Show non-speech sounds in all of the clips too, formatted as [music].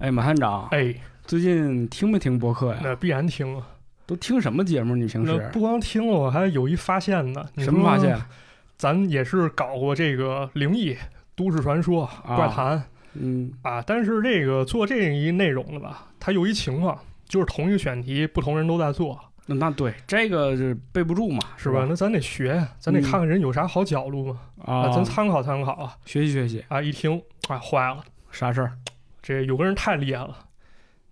哎，马探长，哎，最近听没听播客呀？那必然听啊。都听什么节目？你平那时不光听了，我还有一发现呢。你什么发说啊现？咱也是搞过这个灵异、都市传说、啊怪谈嗯啊，但是这个做这一内容的吧，它有一情况，就是同一个选题，不同人都在做，那那对这个是背不住嘛，是吧？吧？那咱得学呀，咱得嗯看看人有啥好角度嘛，啊，咱参考参考啊。学习学习，啊，一听啊，坏了，啥事儿？这有个人太厉害了，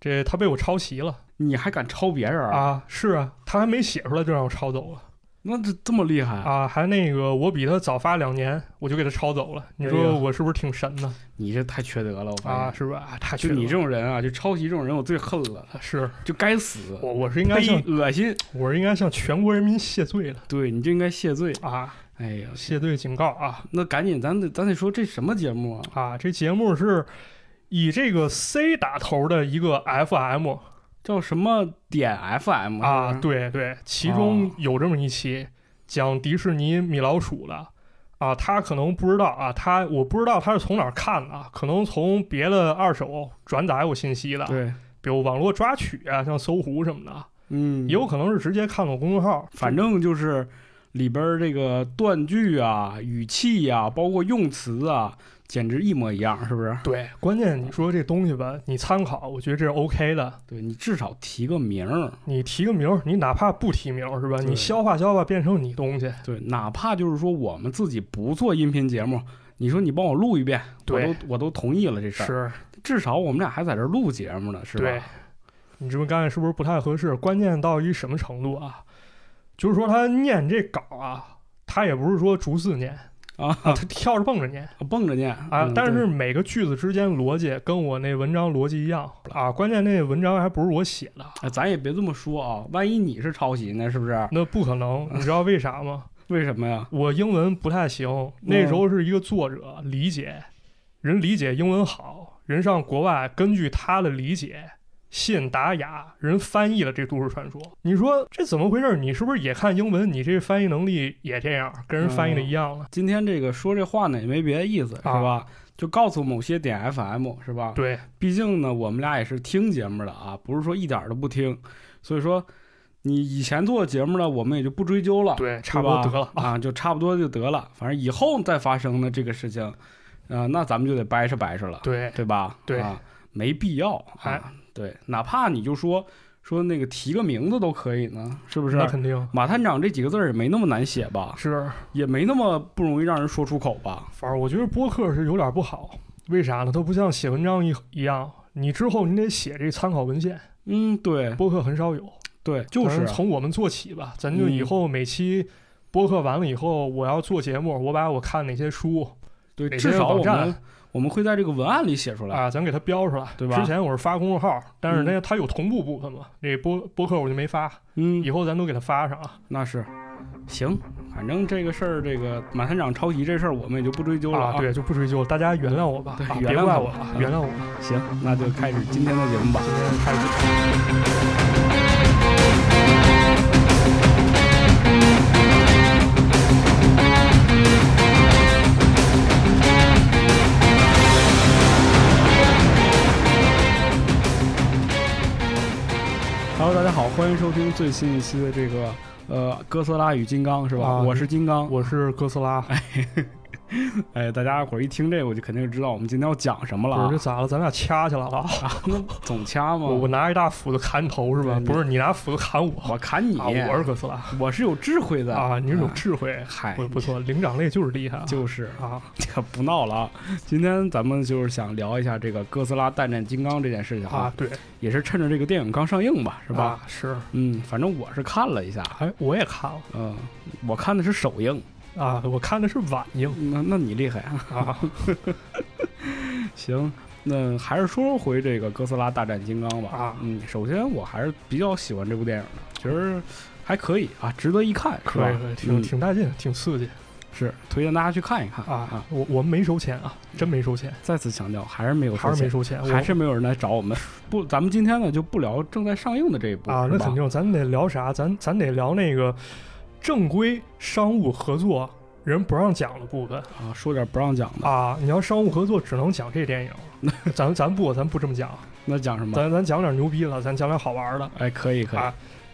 这他被我抄袭了你还敢抄别人？啊！是啊，他还没写出来就让我抄走了。那这这么厉害？啊，还那个我比他早发两年，我就给他抄走了。你哎呀说我是不是挺神呢？你这太缺德了，我发啊，现。是吧？啊太缺就德你这了种人啊，就抄袭这种人，我最恨了，是就该死，我我是应该呸向，恶心！我是应该向全国人民谢罪了对你就应该谢罪。啊！哎呀，谢罪警告啊那赶紧，咱得咱得说这什么节目啊？啊！这节目是以这个 C 打头的一个 FM 叫什么点 FM 啊，是不是对对，哦其中有这么一期讲迪士尼米老鼠的。啊，他可能不知道啊，他我不知道他是从哪儿看的啊，可能从别的二手转载我信息的，对，比如网络抓取啊，像搜狐什么的，嗯，也有可能是直接看到公众号。反正就是里边儿这个断句啊、语气呀、包括用词啊，简直一模一样，是不是？对，关键你说这东西吧，你参考，我觉得这是 OK 的。对你至少提个名儿，你提个名儿，你哪怕不提名儿是吧？对你消化消化，变成你东西。对，哪怕就是说我们自己不做音频节目，你说你帮我录一遍，我都对我都同意了这事儿。是，至少我们俩还在这儿录节目呢，是吧？啊对。你这么干是不是不太合适？关键到一什么程度啊？就是说他念这稿啊，他也不是说逐字念，啊，他跳着蹦着念。蹦着念啊，嗯但对是每个句子之间逻辑跟我那文章逻辑一样啊。关键那文章还不是我写的，哎咱也别这么说啊，万一你是抄袭呢，是不是？那不可能，你知道为啥吗？为什么呀？我英文不太行，那时候是一个作者理解，人理解英文好，人上国外根据他的理解，信达雅人翻译了这都市传说。你说这怎么回事？你是不是也看英文？你这翻译能力也这样，跟人嗯翻译的一样了？今天这个说这话呢，也没别的意思，是啊吧？就告诉某些点 FM 是吧？对毕竟呢，我们俩也是听节目的啊，不是说一点儿都不听。所以说，你以前做的节目呢，我们也就不追究了，对，是差不多吧得了。啊，就差不多就得了。反正以后再发生的这个事情，啊、那咱们就得掰扯掰扯了，对，对吧？对啊，没必要哎啊。对，哪怕你就说说那个提个名字都可以呢，是不是啊那？肯定马探长这几个字儿也没那么难写吧，是。也没那么不容易让人说出口吧？反正我觉得播客是有点不好，为啥呢？它不像写文章一一样，你之后你得写这参考文献，嗯，对播客很少有。对，就是啊咱从我们做起吧，咱就以后每期播客完了以后，我要做节目，我把我看哪些书对，哪至些少我网们站啊我们会在这个文案里写出来。啊，咱给它标出来，对吧之前我是发公众号，但是呢，它有同步部分嘛，这播播客我就没发，嗯以，后咱都给它发上啊。那是，行，反正这个事儿，这个马探长抄袭这事儿，我们也就不追究了啊，对，就不追究，大家原谅我吧，对啊，原别谅怪我我啊，嗯原谅我吧，行，那就开始今天的节目吧。今天开始。 Hello，大家好，欢迎收听最新一期的这个呃哥斯拉与金刚是吧？啊我是金刚，我是哥斯拉，哎，大家伙儿一听这个，我就肯定知道我们今天要讲什么了不啊是这。咋了？咱俩掐起来了啊？那总掐吗？我嗯我我拿一大斧子砍你头是吧对？你不是，你拿斧子砍我啊？砍你，我是哥斯拉我是有智慧的啊！你是有啊智慧，嗨，不不错，灵长类就是厉害啊就是啊！ [laughs] 可不闹了啊！今天咱们就是想聊一下这个哥斯拉大战金刚这件事情啊，，对，也是趁着这个电影刚上映吧，是吧？啊？是，嗯，反正我是看了一下，哎，我也看了嗯、我看的是首映，啊，我看的是晚映那那你厉害啊！ [laughs] 啊，行，那还是说回这个哥斯拉大战金刚吧。啊嗯，首先我还是比较喜欢这部电影的，觉得还可以啊，值得一看，是吧可以，可以，挺嗯挺带劲，挺刺激是推荐大家去看一看啊！我我们没收钱啊，真没收钱，再次强调，还是没有还是没说收钱，钱，还是没有人来找我们。不，咱们今天呢就不聊正在上映的这一部我啊，是那吧肯定，咱得聊啥？咱咱得聊那个正规商务合作人不让讲的部分啊，说点不让讲的，啊。你要商务合作，只能讲这电影。 [laughs] 咱咱不咱不这么讲，那讲什么？咱咱讲点牛逼了，咱讲点好玩的。哎，可以可以，啊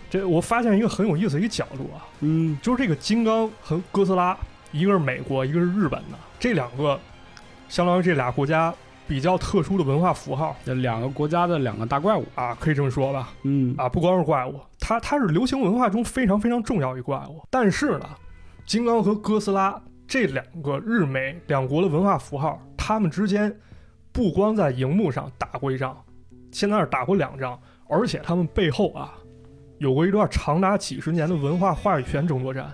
这我发现一个很有意思的一个角度啊，嗯就是这个金刚和哥斯拉，一个是美国，一个是日本的，这两个相当于这俩国家比较特殊的文化符号这两个国家的两个大怪物，啊，可以这么说吧？嗯啊，不光是怪物，它它是流行文化中非常非常重要一啊怪物。但是呢，金刚和哥斯拉这两个日美两国的文化符号，他们之间不光在荧幕上打过一仗，现在是打过两仗，而且他们背后啊，有过一段长达几十年的文化话语权争夺战。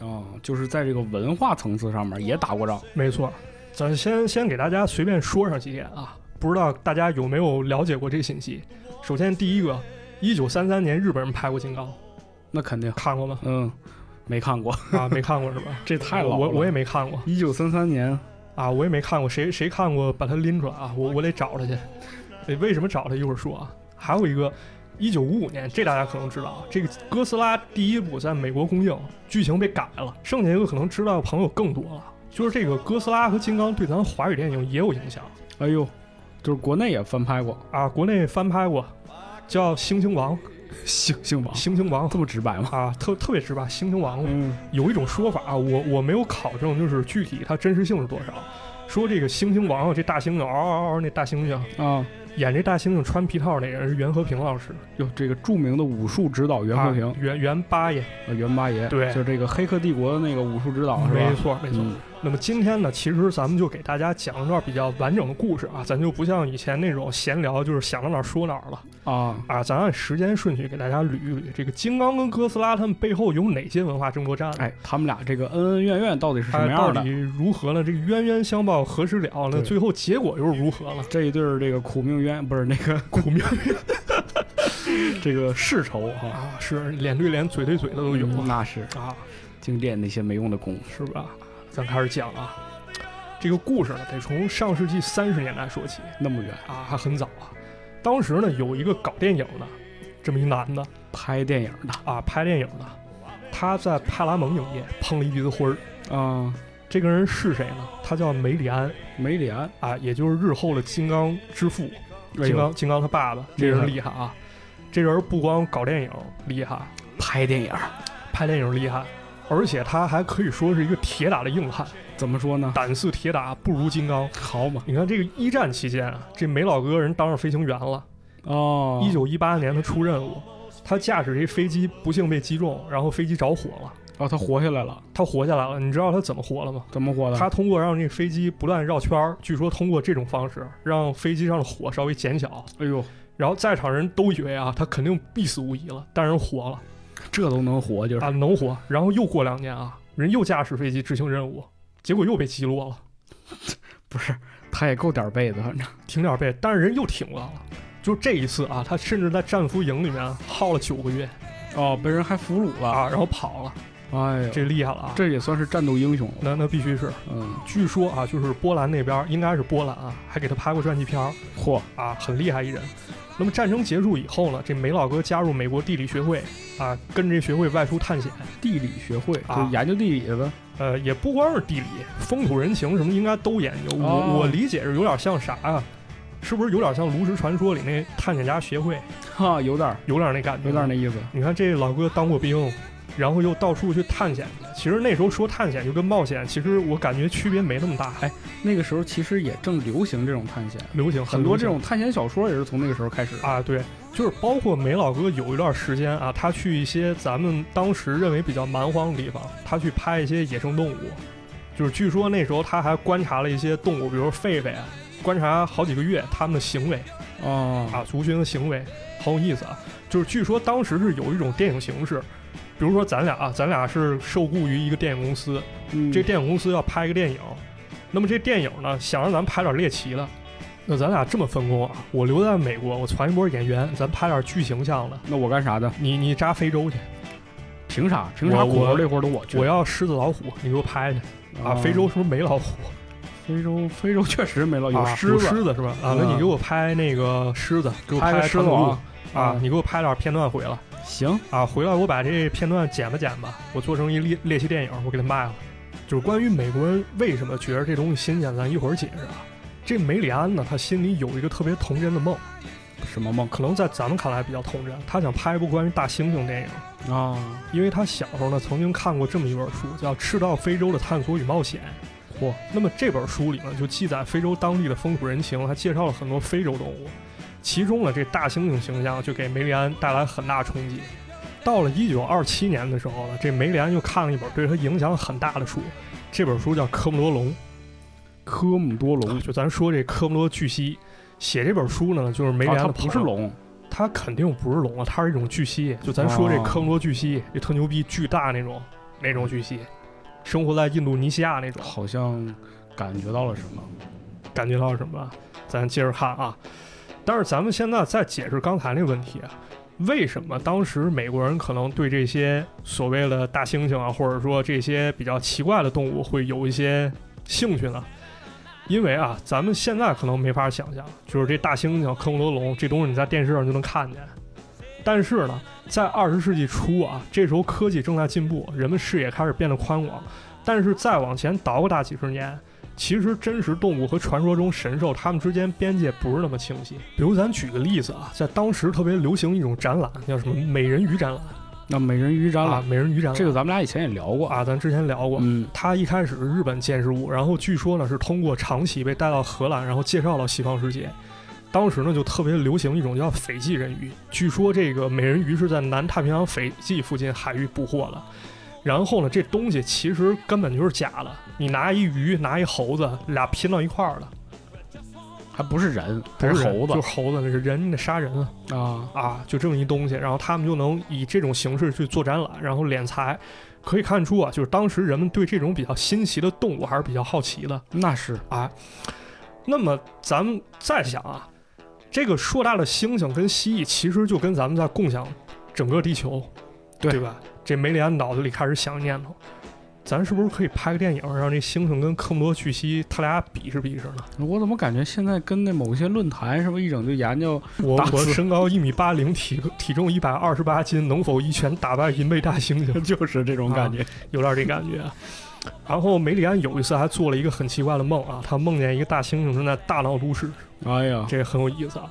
哦，就是在这个文化层次上面也打过仗，没错，咱先先给大家随便说上几点啊，不知道大家有没有了解过这信息。首先，第一个，一九三三年日本人拍过《金刚》，那肯定，看过吗？嗯，没看过，啊，没看过是吧？ [laughs] 这太老了，我我也没看过一九三三年，啊，我也没看过，谁谁看过把它拎出来啊？我我得找他去。哎，为什么找他？一会儿说啊。还有一个，一九五五年，这大家可能知道啊，这个哥斯拉第一部在美国公映，剧情被改了。剩下一个可能知道的朋友更多了，就是这个哥斯拉和金刚对咱华语电影也有影响哎呦，就是国内也翻拍过啊。国内翻拍过，叫《猩猩王》， 《猩猩王《猩猩王》这么直 [laughs] 白吗？啊，特特别直白，《猩猩王》啊嗯，有一种说法啊，我我没有考证，就是具体它真实性是多少。说这个猩猩王这大猩猩嗷嗷嗷那大猩猩啊，演这大猩猩穿皮套那人是袁和平老师，哟，这个著名的武术指导袁和平啊，袁袁八爷，呃袁八爷，对就是这个《黑客帝国》的那个武术指导是没吧？错没错。嗯那么今天呢，其实咱们就给大家讲一段比较完整的故事啊，咱就不像以前那种闲聊，就是想到哪儿说哪儿了啊，啊，咱按时间顺序给大家捋一捋这个金刚跟哥斯拉他们背后有哪些文化争夺战呢？哎，他们俩这个恩恩怨怨到底是什么哎到样的？底如何呢？这个冤冤相报何时了呢？对最后结果又是如何了？这一对儿这个苦命冤不是那个苦命这个世仇哈，啊，是脸对脸、嘴对嘴的都有啊，嗯那是啊净练那些没用的功夫。是吧？咱开始讲啊，这个故事呢，得从上世纪三十年代说起那么远啊，还很早啊。当时呢，有一个搞电影的这么一男的拍电影的啊，拍电影的，他在派拉蒙影业碰了一鼻子灰儿。啊，这个人是谁呢？他叫梅里安梅里安，啊，也就是日后的金刚之父，金哎刚呦金刚他爸爸。这人厉害啊，这人不光搞电影厉害，拍电影拍电影厉害，而且他还可以说是一个铁打的硬汉，怎么说呢？胆似铁打，不如金刚。好嘛你看这个一战期间啊，这梅老哥人当上飞行员了。哦，一九一八年他出任务，他驾驶这飞机不幸被击中，然后飞机着火了，哦，他活下来了，他活下来了。你知道他怎么活了吗？怎么活的？他通过让这飞机不断绕圈儿，据说通过这种方式让飞机上的火稍微减小，哎呦，然后在场人都以为啊他肯定必死无疑了，但人活了。这都能活，就是啊，能活。然后又过两年啊，人又驾驶飞机执行任务，结果又被击落了，不是他也够点儿背的，反正挺点儿背，但是人又挺过来了。就这一次啊，他甚至在战俘营里面耗了九个月哦，被人还俘虏了，啊，然后跑了，哎呦，这厉害了啊！这也算是战斗英雄了，那那必须是，嗯，据说啊，就是波兰那边应该是波兰啊，还给他拍过传记片儿嚯，啊，很厉害一人。那么战争结束以后呢，这梅老哥加入美国地理学会啊，跟这学会外出探险。地理学会就啊是研究地理的呗，呃，也不光是地理，风土人情什么应该都研究。我、哦我理解是有点像啥啊？是不是有点像《炉石传说》里那探险家协会，哈，有点儿有点那感觉？有点儿那。意思，你看这老哥当过兵，然后又到处去探险去。其实那时候说探险就跟冒险，其实我感觉区别没那么大。哎那个时候其实也正流行这种探险，流行很多流这行种探险小说也是从那个时候开始的。啊，对，就是包括梅老哥有一段时间啊，他去一些咱们当时认为比较蛮荒的地方，他去拍一些野生动物，就是据说那时候他还观察了一些动物，比如狒狒啊，观察好几个月它们的行为哦，啊，族群的行为，很有意思啊。就是据说当时是有一种电影形式，比如说咱俩啊，咱俩是受雇于一个电影公司，嗯这电影公司要拍一个电影，那么这电影呢，想让咱们拍点猎奇的，那咱俩这么分工啊，我留在美国，我攒一波演员，咱拍点剧情向的，那我干啥的？你你扎非洲去，凭啥？凭啥我骨头我这活儿都我去？我要狮子老虎，你给我拍去啊，啊，非洲是不是没老虎？非洲非洲确实没了，啊哦狮子狮子是吧？啊，那嗯你给我拍那个狮子，给我拍个狮狮子子王嗯啊，你给我拍点片段回来行啊，回来我把这片段剪吧剪吧，我做成一猎猎奇电影，我给它卖了。就是关于美国人为什么觉得这东西新鲜，咱一会儿解释啊。这梅里安呢，他心里有一个特别童真的梦，什么梦可能在咱们看来比较童真。他想拍一部关于大猩猩电影，啊？因为他小时候呢曾经看过这么一本书，叫《赤道非洲的探索与冒险》。嚯！那么这本书里呢，就记载非洲当地的风土人情，还介绍了很多非洲动物，其中呢，这大猩猩形象就给梅里安带来很大冲击。到了一九二七年的时候呢，这梅里安又看了一本对他影响很大的书，这本书叫《科莫多龙》。科姆多龙啊，就咱说这科莫多巨蜥，写这本书呢，就是梅啊，里安它的不朋是友，龙，它肯定不是龙啊，它是一种巨蜥。就咱说这哦科莫多巨蜥，就特牛逼、巨大那种那种巨蜥，生活在印度尼西亚那种。好像感觉到了什么。感觉到什么？咱接着看啊。但是咱们现在再解释刚才那个问题啊，为什么当时美国人可能对这些所谓的大猩猩啊，或者说这些比较奇怪的动物会有一些兴趣呢？因为啊，咱们现在可能没法想象，就是这大猩猩、科莫多龙这东西，你在电视上就能看见。但是呢，在二十世纪初啊，这时候科技正在进步，人们视野开始变得宽广。但是再往前倒个大几十年，其实真实动物和传说中神兽它们之间边界不是那么清晰。比如咱举个例子啊，在当时特别流行一种展览，叫什么美人鱼展览那美人鱼展啊览，，美人鱼展览这个咱们俩以前也聊过。啊，咱之前聊过。嗯，它一开始是日本建识物，然后据说呢是通过长崎被带到荷兰，然后介绍到西方世界。当时呢就特别流行一种叫斐济人鱼，据说这个美人鱼是在南太平洋斐济附近海域捕获的。然后呢，这东西其实根本就是假的，你拿一鱼拿一猴子俩拼到一块儿的，还不是人，不还是是人猴就是子猴子，那是人，你得杀人啊。啊。啊，就这么一东西，然后他们就能以这种形式去做展览，然后敛财。可以看出啊，就是当时人们对这种比较新奇的动物还是比较好奇的那是啊。那么咱们再想啊，这个硕大的猩猩跟蜥蜴其实就跟咱们在共享整个地球，对吧？这梅里安脑子里开始想一念头，咱是不是可以拍个电影，让这猩猩跟科莫多巨蜥他俩比试比试呢？我怎么感觉现在跟那某些论坛是不是一整就研究我打我死身高一米八零，体体重一百二十八斤，能否一拳打败银背大猩 [laughs] [laughs] 猩？就是这种感觉？有点这感觉。啊 [laughs] 然后梅里安有一次还做了一个很奇怪的梦啊，他梦见一个大猩猩正在大闹都市，哎呀，这很有意思啊。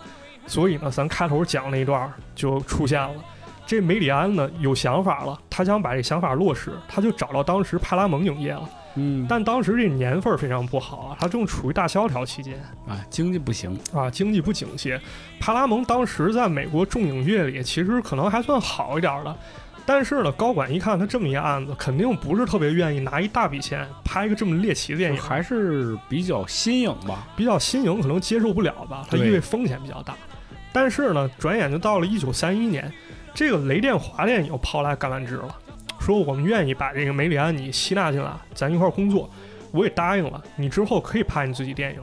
所以呢，咱开头讲那一段儿就出现了。这梅里安呢有想法了，他想把这想法落实，他就找到当时派拉蒙影业了。嗯，但当时这年份儿非常不好啊，它正处于大萧条期间，啊，经济不行，啊，经济不景气。派拉蒙当时在美国重影业里其实可能还算好一点儿的，但是呢，高管一看他这么一案子，肯定不是特别愿意拿一大笔钱拍一个这么猎奇的电影，还是比较新颖吧？比较新颖，可能接受不了吧，他对因为风险比较大。但是呢，转眼就到了一九三一年，这个雷电华电又抛来橄榄枝了，说我们愿意把这个梅里安你吸纳进来，咱一块儿工作，我也答应了，你之后可以拍你自己电影。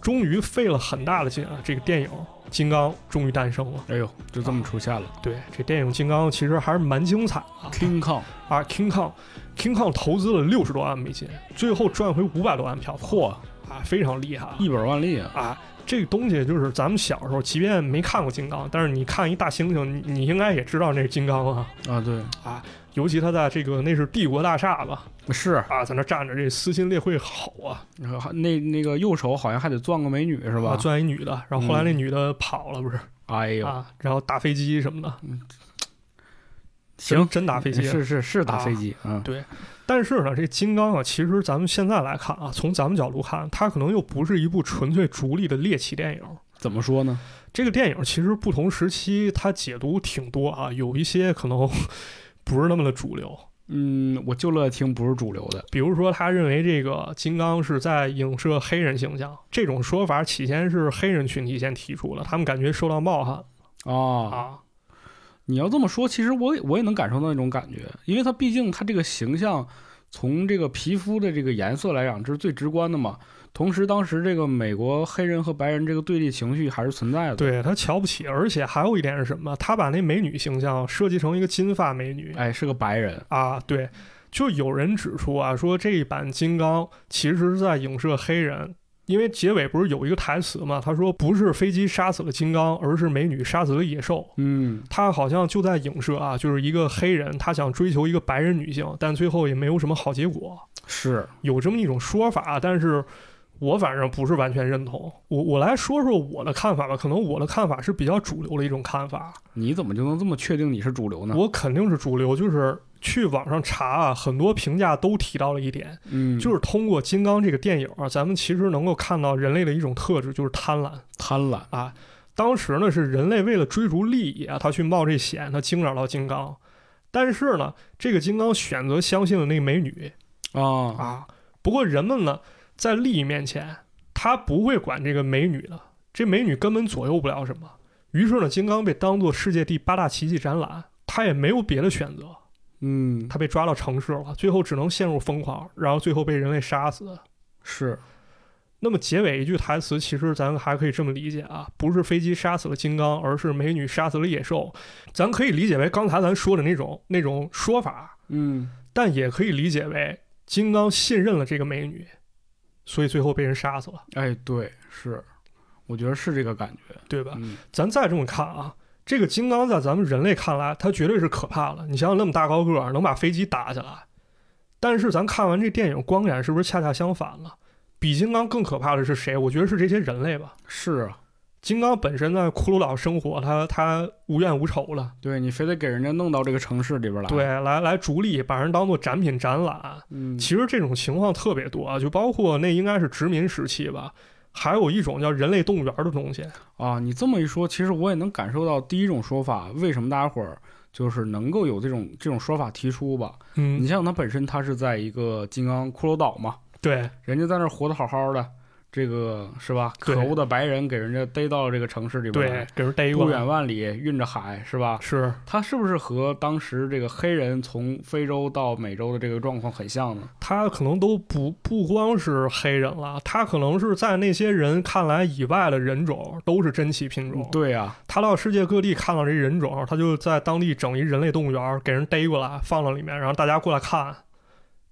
终于费了很大的劲啊，这个电影《金刚》终于诞生了。哎呦，就这么出现了。对，这电影《金刚》其实还是蛮精彩啊。 King [laughs] Kong，啊，King Kong，King Kong 投资了六十多万美金，最后赚回五百多万票房，嚯，啊，非常厉害啊！一本万利啊！啊，这个东西就是咱们小时候，即便没看过金刚，但是你看一大猩猩，你你应该也知道那是金刚啊啊，对，啊！尤其他在这个那是帝国大厦吧是啊，在那站着，这撕心裂肺吼啊，那那个右手好像还得攥个美女是啊吧？嗯钻一女的，然后后来那女的跑了，不是、哎呦，啊，然后打飞机什么的，真行，真打飞机。是是是打啊飞机，嗯，但是呢，这金刚啊，其实咱们现在来看啊，从咱们角度看，它可能又不是一部纯粹逐利的猎奇电影。怎么说呢？这个电影其实不同时期它解读挺多啊，有一些可能 [laughs] 不是那么的主流。嗯，我就乐意听不是主流的，比如说，他认为这个金刚是在影射黑人形象，这种说法起先是黑人群体先提出了，他们感觉受到冒犯哦，啊。你要这么说，其实我也我也能感受到那种感觉，因为它毕竟它这个形象，从这个皮肤的这个颜色来讲，这是最直观的嘛。同时，当时这个美国黑人和白人这个对立情绪还是存在的。，对他瞧不起，而且还有一点是什么？他把那美女形象设计成一个金发美女哎，是个白人，啊，对。就有人指出啊，说这一版金刚其实是在影射黑人，因为结尾不是有一个台词嘛？他说不是飞机杀死了金刚，而是美女杀死了野兽。嗯，他好像就在影射啊，就是一个黑人，他想追求一个白人女性，但最后也没有什么好结果是有这么一种说法，啊但是我反正不是完全认同。我我来说说我的看法吧，可能我的看法是比较主流的一种看法。你怎么就能这么确定你是主流呢？我肯定是主流，就是去网上查啊，很多评价都提到了一点，嗯，就是通过《金刚》这个电影啊，咱们其实能够看到人类的一种特质，就是贪婪贪婪，啊。当时呢是人类为了追逐利益啊，他去冒这险，他惊扰到金刚，但是呢，这个金刚选择相信了那个美女啊啊。不过人们呢，在利益面前，他不会管这个美女的，这美女根本左右不了什么。于是呢，金刚被当做世界第八大奇迹展览，他也没有别的选择，嗯，他被抓到城市了，最后只能陷入疯狂，然后最后被人类杀死。是那么结尾一句台词，其实咱还可以这么理解啊，不是飞机杀死了金刚，而是美女杀死了野兽。咱可以理解为刚才咱说的那种那种说法，嗯，但也可以理解为金刚信任了这个美女，所以最后被人杀死了，哎，对，是，我觉得是这个感觉，对吧？嗯，咱再这么看啊，这个金刚在咱们人类看来，它绝对是可怕了。你想想，那么大高个儿能把飞机打下来，但是咱看完这电影，观感是不是恰恰相反了？比金刚更可怕的是谁？我觉得是这些人类吧。是啊，金刚本身在骷髅岛生活，他他无怨无仇了，对你非得给人家弄到这个城市里边来，对，，来来逐利，把人当做展品展览。啊嗯，其实这种情况特别多啊，就包括那应该是殖民时期吧，还有一种叫人类动物园的东西。啊，你这么一说，其实我也能感受到第一种说法，为什么大家伙儿就是能够有这种这种说法提出吧？你嗯，想想，它本身它是在一个金刚骷髅岛嘛，对，人家在那儿活得好好的，这个是吧？对可恶的白人给人家逮到这个城市里边对来，，给人逮过不来远万里运着海是吧？是。它是不是和当时这个黑人从非洲到美洲的这个状况很像呢？他可能都不不光是黑人了，他可能是在那些人看来以外的人种都是珍稀品种。对呀、啊，他到世界各地看到这人种，他就在当地整一人类动物园，给人逮过来放到里面，然后大家过来看。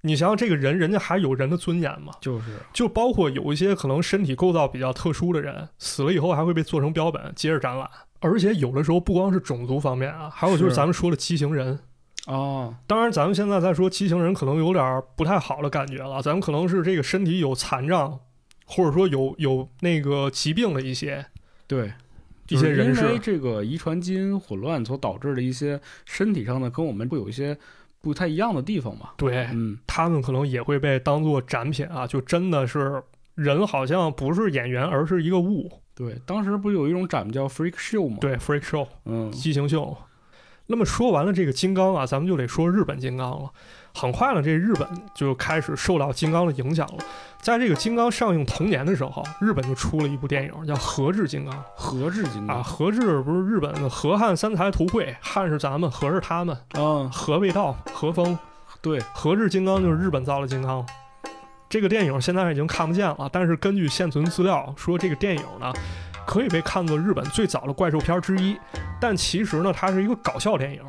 你想想，这个人人家还有人的尊严吗？就是就包括有一些可能身体构造比较特殊的人，死了以后还会被做成标本，接着展览。而且有的时候不光是种族方面啊，还有就是是咱们说的畸形人。哦，当然，咱们现在在说畸形人，可能有点儿不太好的感觉了。咱们可能是这个身体有残障，或者说有有那个疾病的一些对，一些人就是因为士。这个遗传基因混乱所导致的一些身体上的跟我们会有一些不太一样的地方吧。对嗯，他们可能也会被当做展品啊，就真的是人好像不是演员，而是一个物。对，当时不是有一种展叫 freak show 吗？，对，freak show 嗯，畸形秀。那么说完了这个金刚啊，咱们就得说日本金刚了。很快呢，这日本就开始受到金刚的影响了。在这个金刚上映同年的时候，日本就出了一部电影叫《和制金刚》。和制金啊，刚，和制不是日本的和汉三才图会，汉是咱们，和是他们，嗯，和味道，和风，对，和制金刚就是日本造的金刚。这个电影现在已经看不见了，但是根据现存资料说，这个电影呢，可以被看作日本最早的怪兽片之一，但其实呢，它是一个搞笑电影，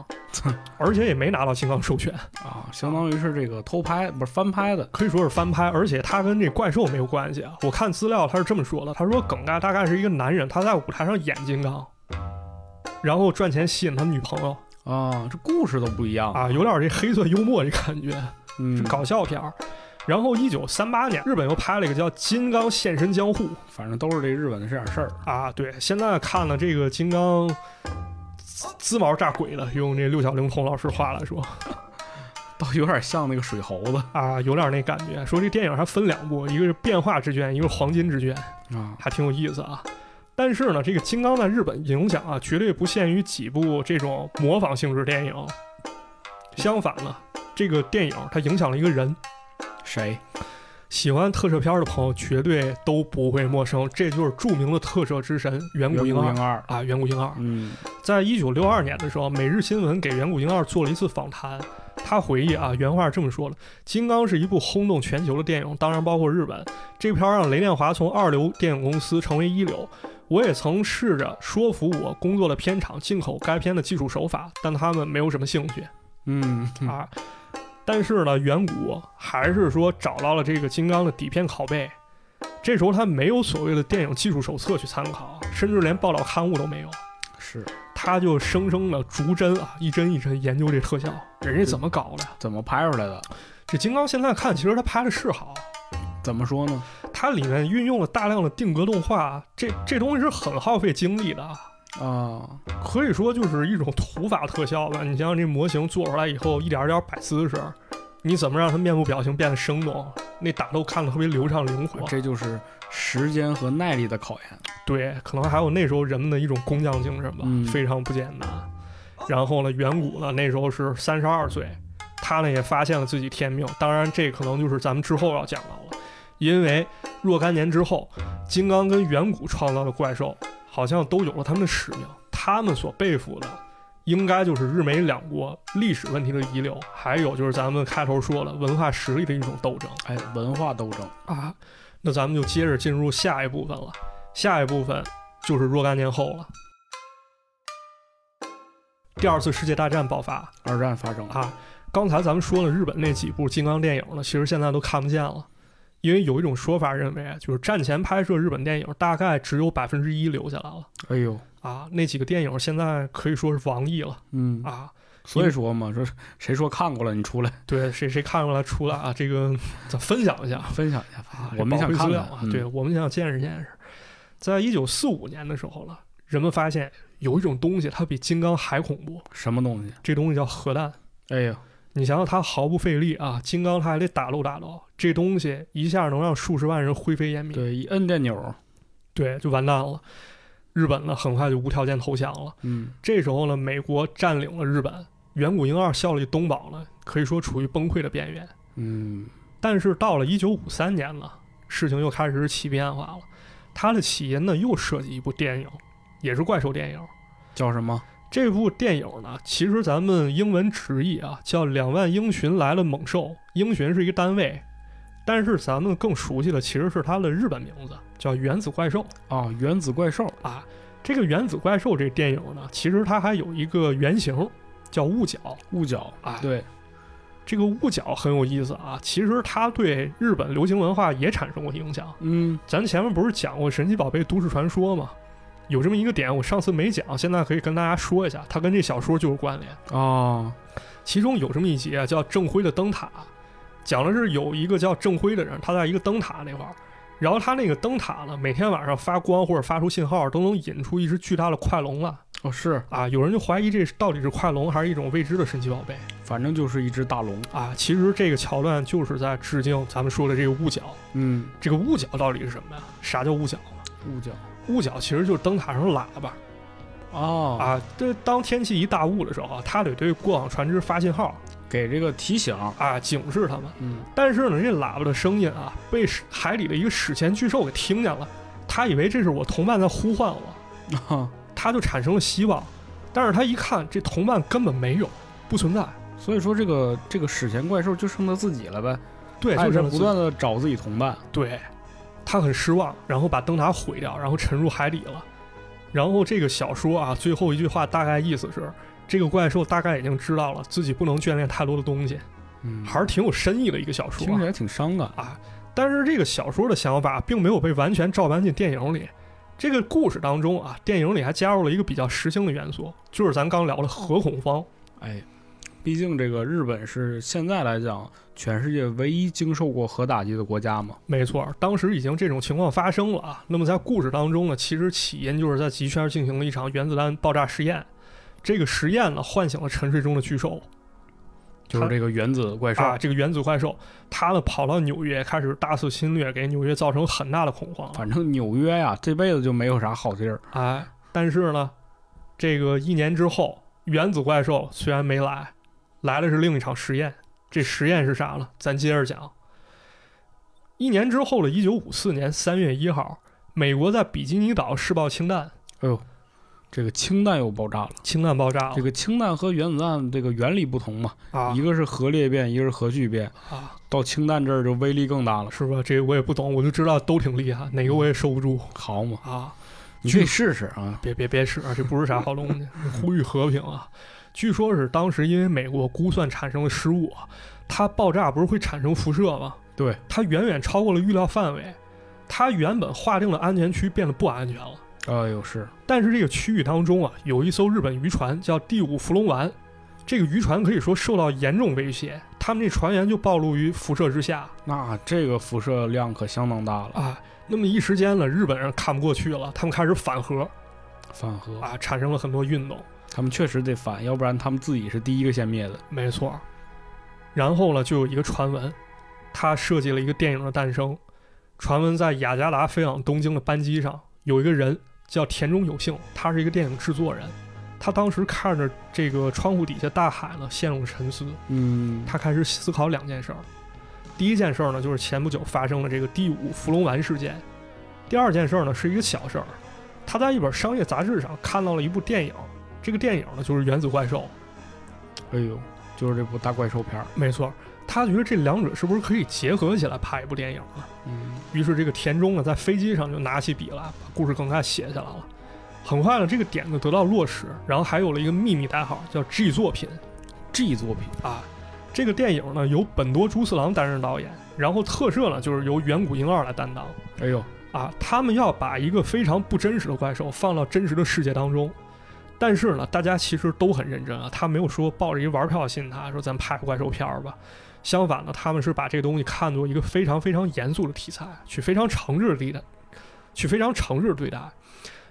而且也没拿到金刚授权，啊，相当于是这个偷拍不是翻拍的，可以说是翻拍，而且它跟这怪兽没有关系啊。我看资料，他是这么说的，他说梗概大概是一个男人他在舞台上演金刚，然后赚钱吸引他女朋友。啊，这故事都不一样，啊，有点这黑色幽默这感觉，嗯是，搞笑片儿。然后，一九三八年，日本又拍了一个叫《金刚现身江户》反正都是这日本的这点事儿，啊，对，现在看了这个金刚滋滋毛炸鬼了，用这六小龄童老师话来说 [laughs] 倒有点像那个水猴子啊，有点那感觉。说这电影还分两部，一个是变化之卷，一个是黄金之卷，啊，还挺有意思啊。但是呢，这个金刚在日本影响啊，绝对不限于几部这种模仿性质电影。相反呢，这个电影它影响了一个人，谁？喜欢特摄片的朋友绝对都不会陌生，这就是著名的特摄之神远古古婴二二，啊，远古婴二。嗯，在一九六二年的时候，《每日新闻》给远古婴二做了一次访谈，他回忆啊，原话是这么说的：“金刚是一部轰动全球的电影，当然包括日本。这片儿让雷电华从二流电影公司成为一流。我也曾试着说服我工作的片场进口该片的技术手法，但他们没有什么兴趣。”嗯，啊。但是呢，远古还是说找到了这个金刚的底片拷贝，这时候他没有所谓的电影技术手册去参考，甚至连报道刊物都没有，是他就生生的逐帧啊，一帧一帧研究这特效，人家怎么搞的？怎么拍出来的？这金刚现在看，其实他拍的是好，怎么说呢？它里面运用了大量的定格动画，这这东西是很耗费精力的，啊，可以说就是一种 [laughs] 土法特效吧。你想想这模型做出来以后，一点儿点儿摆姿势，你怎么让它面部表情变得生动？那打斗看得特别流畅灵活。这就是时间和耐力的考验。对，可能还有那时候人们的一种工匠精神吧，嗯非常不简单。然后呢，远古呢那时候是三十二岁，他呢也发现了自己天命。当然，这可能就是咱们之后要讲到了，因为若干年之后，金刚跟远古创造的怪兽好像都有了他们的使命，他们所背负的。应该就是日美两国历史问题的遗留，还有就是咱们开头说了文化实力的一种斗争。哎，文化斗争，啊，那咱们就接着进入下一部分了。下一部分就是若干年后了，第二次世界大战爆发二战发生了。啊。刚才咱们说了日本那几部金刚电影呢，其实现在都看不见了，因为有一种说法认为，啊就是战前拍摄日本电影大概只有百分之一留下来了哎呦，啊。那几个电影现在可以说是亡佚了嗯，啊。所以说嘛，说谁说看过了你出来对，谁谁看出来出来啊？这个咱分享一下。分享一下啊吧，，我们宝想贵资看料看啊，嗯对我们想见识见识。在一九四五年的时候了，人们发现有一种东西，它比金刚还恐怖，什么东西？这东西叫核弹。哎呀，你想想，它毫不费力啊，金刚它还得打漏打漏，这东西一下能让数十万人灰飞烟灭，对，一摁电钮，对，就完蛋了。日本呢，很快就无条件投降了。嗯，这时候呢，美国占领了日本，远古婴二效力东宝呢，可以说处于崩溃的边缘。嗯，但是到了一九五三年呢，事情又开始起变化了。它的起因呢，又涉及一部电影，也是怪兽电影。叫什么？这部电影呢，其实咱们英文直译啊，叫《两万英旬来了猛兽》，英旬是一个单位，但是咱们更熟悉的其实是它的日本名字，叫《原子怪兽》哦，原子怪兽。啊。这个《原子怪兽》这电影呢，其实它还有一个原型叫雾角，雾角啊对，这个雾角很有意思啊，其实它对日本流行文化也产生过影响。嗯，咱前面不是讲过《神奇宝贝都市传说》吗？有这么一个点，我上次没讲，现在可以跟大家说一下，它跟这小说就有关联。哦，其中有这么一集啊，叫《郑辉的灯塔》，讲的是有一个叫郑辉的人，他在一个灯塔那块儿，然后他那个灯塔呢，每天晚上发光或者发出信号，都能引出一只巨大的快龙来哦是，啊！有人就怀疑这是到底是快龙还是一种未知的神奇宝贝反正就是一只大龙。啊！其实这个桥段就是在致敬咱们说的这个雾角。嗯，这个雾角到底是什么呀？啥叫雾角？雾角。雾角其实就是灯塔上的喇叭哦，啊。这当天气一大雾的时候啊，它得对过往船只发信号给这个提醒。啊，警示他们。嗯，但是呢，这喇叭的声音啊，被史海里的一个史前巨兽给听见了，他以为这是我同伴在呼唤我，哈，他就产生了希望。但是他一看，这同伴根本没有，不存在。所以说这个这个史前怪兽就剩他自己了呗，对，他就也是是不断的找自己同伴。对，他很失望，然后把灯塔毁掉，然后沉入海底了。然后这个小说啊，最后一句话大概意思是，这个怪兽大概已经知道了自己不能眷恋太多的东西，嗯，还是挺有深意的一个小说、听啊起。来挺伤感。但是这个小说的想法并没有被完全照搬进电影里。这个故事当中啊，电影里还加入了一个比较时兴的元素，就是咱刚聊的核恐慌。哎，毕竟这个日本是现在来讲全世界唯一经受过核打击的国家嘛。没错，当时已经这种情况发生了啊。那么在故事当中呢，其实起因就是在极圈进行了一场原子弹爆炸实验。这个实验呢，唤醒了沉睡中的巨兽就是它这个原子怪兽，啊，这个原子怪兽，它呢跑到纽约，开始大肆侵略，给纽约造成很大的恐慌。啊反正纽约呀、这辈子就没有啥好地儿。哎，但是呢，这个一年之后，原子怪兽虽然没来，来的是另一场实验。这实验是啥呢？咱接着讲。一年之后的一九五四年三月一号，美国在比基尼岛试爆氢弹，这个氢弹又爆炸了。氢弹爆炸了这个氢弹和原子弹这个原理不同嘛，啊一个是核裂变，一个是核聚变。啊！到氢弹这儿就威力更大了，是吧？这个我也不懂，我就知道都挺厉害，哪个我也受不住好嘛？啊！你可以试试啊。别别别使啊，这不是啥好东西， [laughs] 呼吁和平啊！据说是当时因为美国估算产生了失误啊，它爆炸不是会产生辐射吗？对，它远远超过了预料范围，它原本划定的安全区变得不安全了。哎呦是，但是这个区域当中啊，有一艘日本渔船叫第五福龙丸，这个渔船可以说受到严重威胁，他们这船员就暴露于辐射之下那这个辐射量可相当大了，啊。那么一时间呢，日本人看不过去了，他们开始反核反核，啊，产生了很多运动。他们确实得反，要不然他们自己是第一个先灭的。没错。然后呢，就有一个传闻，他设计了一个电影的诞生。传闻在雅加达飞往东京的班机上，有一个人叫田中有幸，他是一个电影制作人。他当时看着这个窗户底下大海呢，陷入沉思。嗯，他开始思考两件事儿。第一件事儿呢，就是前不久发生的这个第五福龙丸事件；第二件事儿呢，是一个小事儿。他在一本商业杂志上看到了一部电影，这个电影呢就是《原子怪兽》。哎呦，就是这部大怪兽片儿。没错，他觉得这两者是不是可以结合起来拍一部电影啊？嗯，于是这个田中呢，在飞机上就拿起笔来，把故事梗概写下来了。很快呢，这个点子得到落实，然后还有了一个秘密代号叫 G 作品 G 作品，啊。这个电影呢，由本多朱四郎担任导演，然后特摄呢，就是由远古婴二来担当哎呦，啊。他们要把一个非常不真实的怪兽放到真实的世界当中，但是呢，大家其实都很认真啊，他没有说抱着一玩票心态说咱拍个怪兽片儿吧。相反呢，他们是把这个东西看作一个非常非常严肃的题材，去非常诚挚地待，去非常诚挚地对待，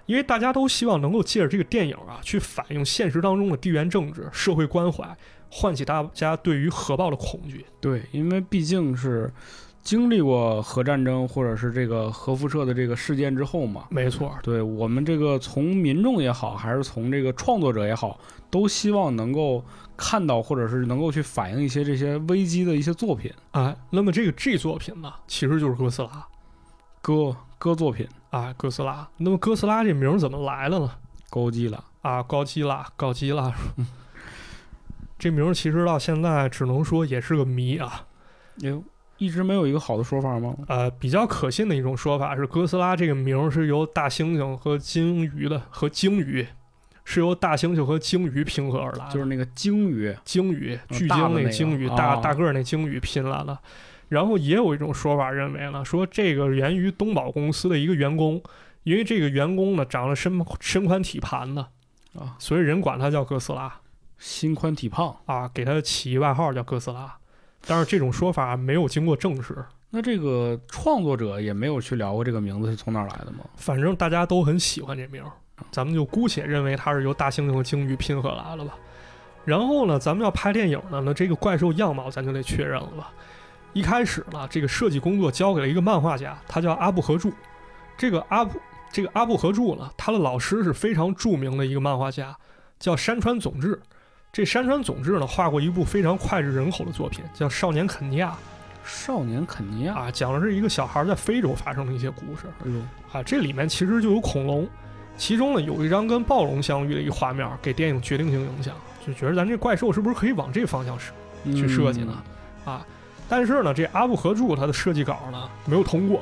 因为大家都希望能够借着这个电影啊，去反映现实当中的地缘政治、社会关怀，唤起大家对于核爆的恐惧。对，因为毕竟是经历过核战争或者是这个核辐射的这个事件之后嘛，没错，对我们这个从民众也好，还是从这个创作者也好，都希望能够看到或者是能够去反映一些这些危机的一些作品，哎，那么这个 G 作品呢，其实就是哥斯拉歌歌作品啊，哥斯拉。那么哥斯拉这名儿怎么来的呢？勾稽了。啊，高基拉，高基 [laughs] 拉，这名儿其实到现在只能说也是个谜啊。也哎一直没有一个好的说法吗？呃，比较可信的一种说法是，哥斯拉这个名儿是由大猩猩和鲸鱼的和鲸鱼，是由大猩猩和鲸鱼拼合而来的，就是那个鲸鱼，鲸鱼，嗯巨大的鲸那个鲸鱼，啊大大个儿那鲸鱼拼来了。然后也有一种说法认为呢，说这个源于东宝公司的一个员工，因为这个员工呢长了身身宽体盘的啊，所以人管他叫哥斯拉。心宽体胖。啊，给他起一外号叫哥斯拉，但是这种说法没有经过证实，那这个创作者也没有去聊过这个名字是从哪儿来的吗？反正大家都很喜欢这名儿，咱们就姑且认为它是由大猩猩和鲸鱼拼合来了吧。然后呢，咱们要拍电影呢，那这个怪兽样貌咱就得确认了吧。一开始呢，这个设计工作交给了一个漫画家，他叫阿部和助。这个阿部，这个阿部和助呢，他的老师是非常著名的一个漫画家，叫山川总治。这山川总治呢，画过一部非常脍炙人口的作品，叫《少年肯尼亚》。少年肯尼亚，啊，讲的是一个小孩在非洲发生的一些故事哎呦，啊。这里面其实就有恐龙，其中呢有一张跟暴龙相遇的一个画面，给电影决定性影响，就觉得咱这怪兽是不是可以往这方向使去设计呢？啊，但是呢，这阿布合助他的设计稿呢没有通过，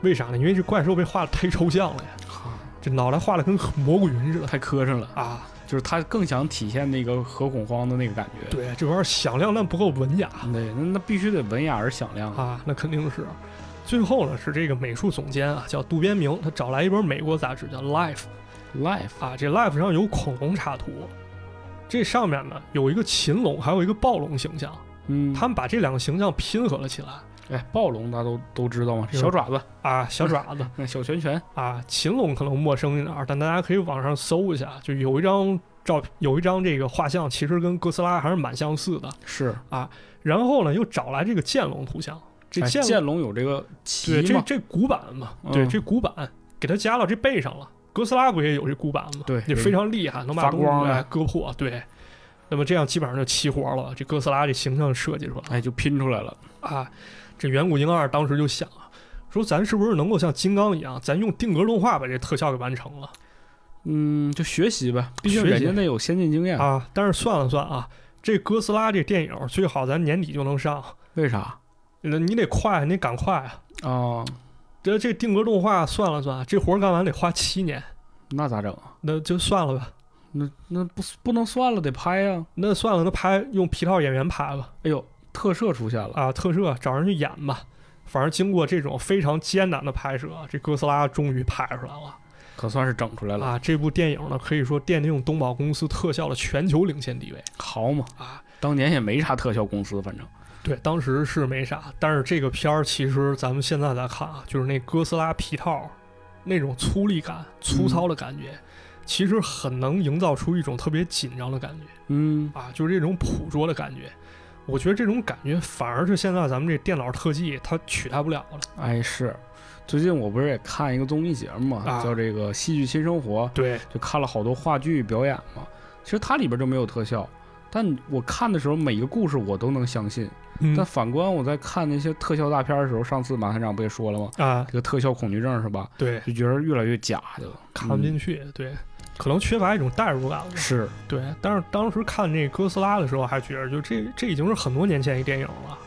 为啥呢？因为这怪兽被画的忒抽象了呀，啊这脑袋画的跟蘑菇云似的太磕碜了，啊。就是他更想体现那个核恐慌的那个感觉。对，这玩意儿响亮但不够文雅。对，那那必须得文雅而响亮啊！啊，那肯定是。最后呢，是这个美术总监啊，叫渡边明，他找来一本美国杂志叫《Life》 Life 啊，这 Life 上有恐龙插图，这上面呢有一个禽龙，还有一个暴龙形象，嗯，他们把这两个形象拼合了起来哎，暴龙大家都都知道嘛，是小爪子，啊，小 [laughs] 爪子那小拳拳，啊，禽龙可能陌生一点儿，但大家可以网上搜一下，就有一张照，有一张这个画像，其实跟哥斯拉还是蛮相似的。是然后呢，又找来这个剑龙图像，这哎剑龙剑龙有这个对，鳍这嘛？这骨板嘛，嗯对，这骨板给它加到这背上了。哥斯拉不也有这骨板吗？对也非常厉害，能把发东西光啊哎割破。对，那么这样基本上就齐活了。这哥斯拉这形象设计出来哎，就拼出来了。啊，这远古婴二当时就想啊，说咱是不是能够像金刚一样，咱用定格动画把这特效给完成了嗯，就学习呗，毕竟学人习家那有先进经验。啊？但是算了算啊，这哥斯拉这电影最好咱年底就能上，为啥那你得快，你得赶快啊！啊？这这定格动画算了算，这活儿干完得花七年，那咋整啊？那就算了吧。那那不不能算了，得拍啊呀、那算了，那拍用皮套演员拍吧，哎呦，特摄出现了，啊，特摄找人去演吧。反正经过这种非常艰难的拍摄，这哥斯拉终于拍出来了。可算是整出来了，啊，这部电影呢可以说奠定东宝公司特效的全球领先地位好嘛！啊。当年也没啥特效公司，反正对，当时是没啥，但是这个片儿其实咱们现在来看啊，就是那哥斯拉皮套那种粗粝感、粗糙的感觉，其实很能营造出一种特别紧张的感觉。嗯，啊，就是这种捕捉的感觉。我觉得这种感觉反而是现在咱们这电脑特技它取代不了了。哎是。最近我不是也看一个综艺节目嘛，啊叫这个《戏剧新生活》，对，就看了好多话剧表演嘛。其实它里边就没有特效，但我看的时候每一个故事我都能相信。但嗯反观我在看那些特效大片的时候，上次马探长不也说了吗？啊，这个特效恐惧症是吧？对，就觉得越来越假的，看不嗯进去，对，可能缺乏一种代入感了。是，对，但是当时看这哥斯拉的时候，还觉得就这这已经是很多年前一电影了。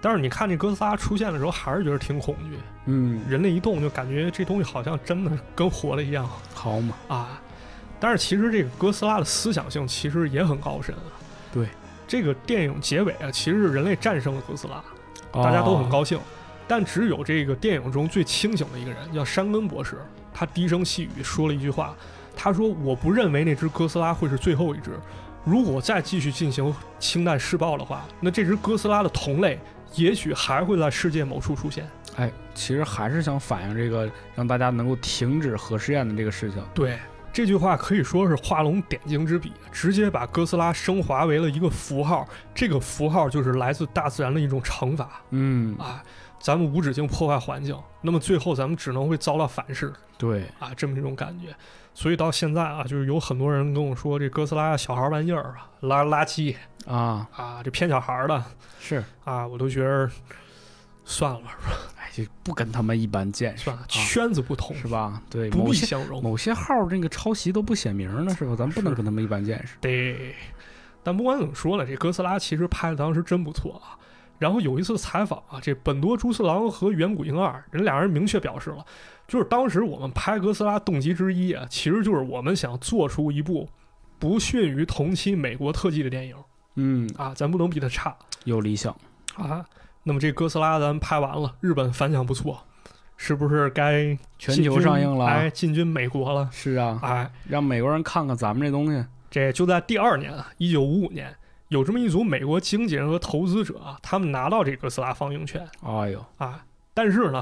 但是你看这哥斯拉出现的时候，还是觉得挺恐惧，嗯，人类一动就感觉这东西好像真的跟活了一样好嘛，啊。但是其实这个哥斯拉的思想性其实也很高深啊。对，这个电影结尾啊，其实是人类战胜了哥斯拉，大家都很哦，高兴。但只有这个电影中最清醒的一个人，叫山根博士，他低声细语说了一句话，他说：“我不认为那只哥斯拉会是最后一只，如果再继续进行氢弹试爆的话，那这只哥斯拉的同类也许还会在世界某处出现。哎，其实还是想反映这个，让大家能够停止核试验的这个事情。”对。这句话可以说是画龙点睛之笔，直接把哥斯拉升华为了一个符号。这个符号就是来自大自然的一种惩罚嗯，啊！咱们无止境破坏环境，那么最后咱们只能会遭到反噬。对，啊，这么一种感觉。所以到现在啊，就是有很多人跟我说，这哥斯拉小孩玩意儿啊，垃垃圾啊，啊，这骗小孩的是，啊，我都觉得算了哎，就不跟他们一般见识算了啊，，圈子不同，是吧？对，不某必些相容。某些号儿这个抄袭都不写名儿呢，是吧？咱不能跟他们一般见识。对，但不管怎么说呢，这哥斯拉其实拍的当时真不错啊。然后有一次采访啊，这本多猪次郎和远古婴二人俩人明确表示了，就是当时我们拍哥斯拉动机之一啊，其实就是我们想做出一部不逊于同期美国特技的电影嗯，啊，咱不能比它差。有理想，嗯啊，那么这哥斯拉咱拍完了，日本反响不错，是不是该全进球军上映了。哎，进军美国了。是啊，哎，让美国人看看咱们这东西。这就在第二年啊，一九五五年，有这么一组美国经纪人和投资者啊，他们拿到这哥斯拉放映权哎呦，啊，但是呢，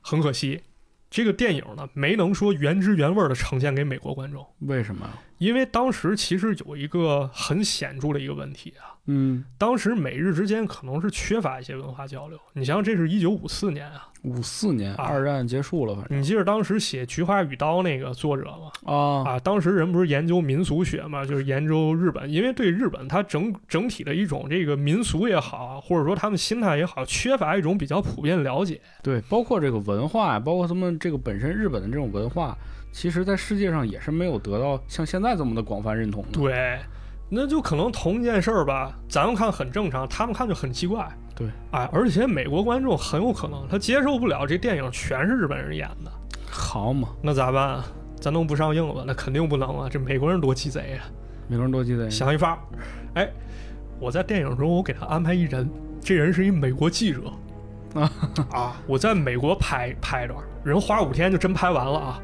很可惜，这个电影呢没能说原汁原味的呈现给美国观众，为什么呀？因为当时其实有一个很显著的一个问题啊，嗯，当时美日之间可能是缺乏一些文化交流。你想想，这是一九五四年啊。五四年啊二战结束了，反正你记得当时写《菊花与刀》那个作者吗？啊，啊，当时人不是研究民俗学嘛，就是研究日本，因为对日本它整整体的一种这个民俗也好啊，或者说他们心态也好，缺乏一种比较普遍了解。对，包括这个文化，包括他们这个本身日本的这种文化，其实在世界上也是没有得到像现在这么的广泛认同的。对，那就可能同一件事儿吧，咱们看很正常，他们看就很奇怪。对，哎，而且美国观众很有可能他接受不了这电影全是日本人演的，好嘛，那咋办啊？咱能不上映吗？那肯定不能啊！这美国人多鸡贼啊！美国人多鸡贼。想一发，哎，我在电影中我给他安排一人，这人是一美国记者啊啊，我在美国拍拍着，人花五天就真拍完了啊，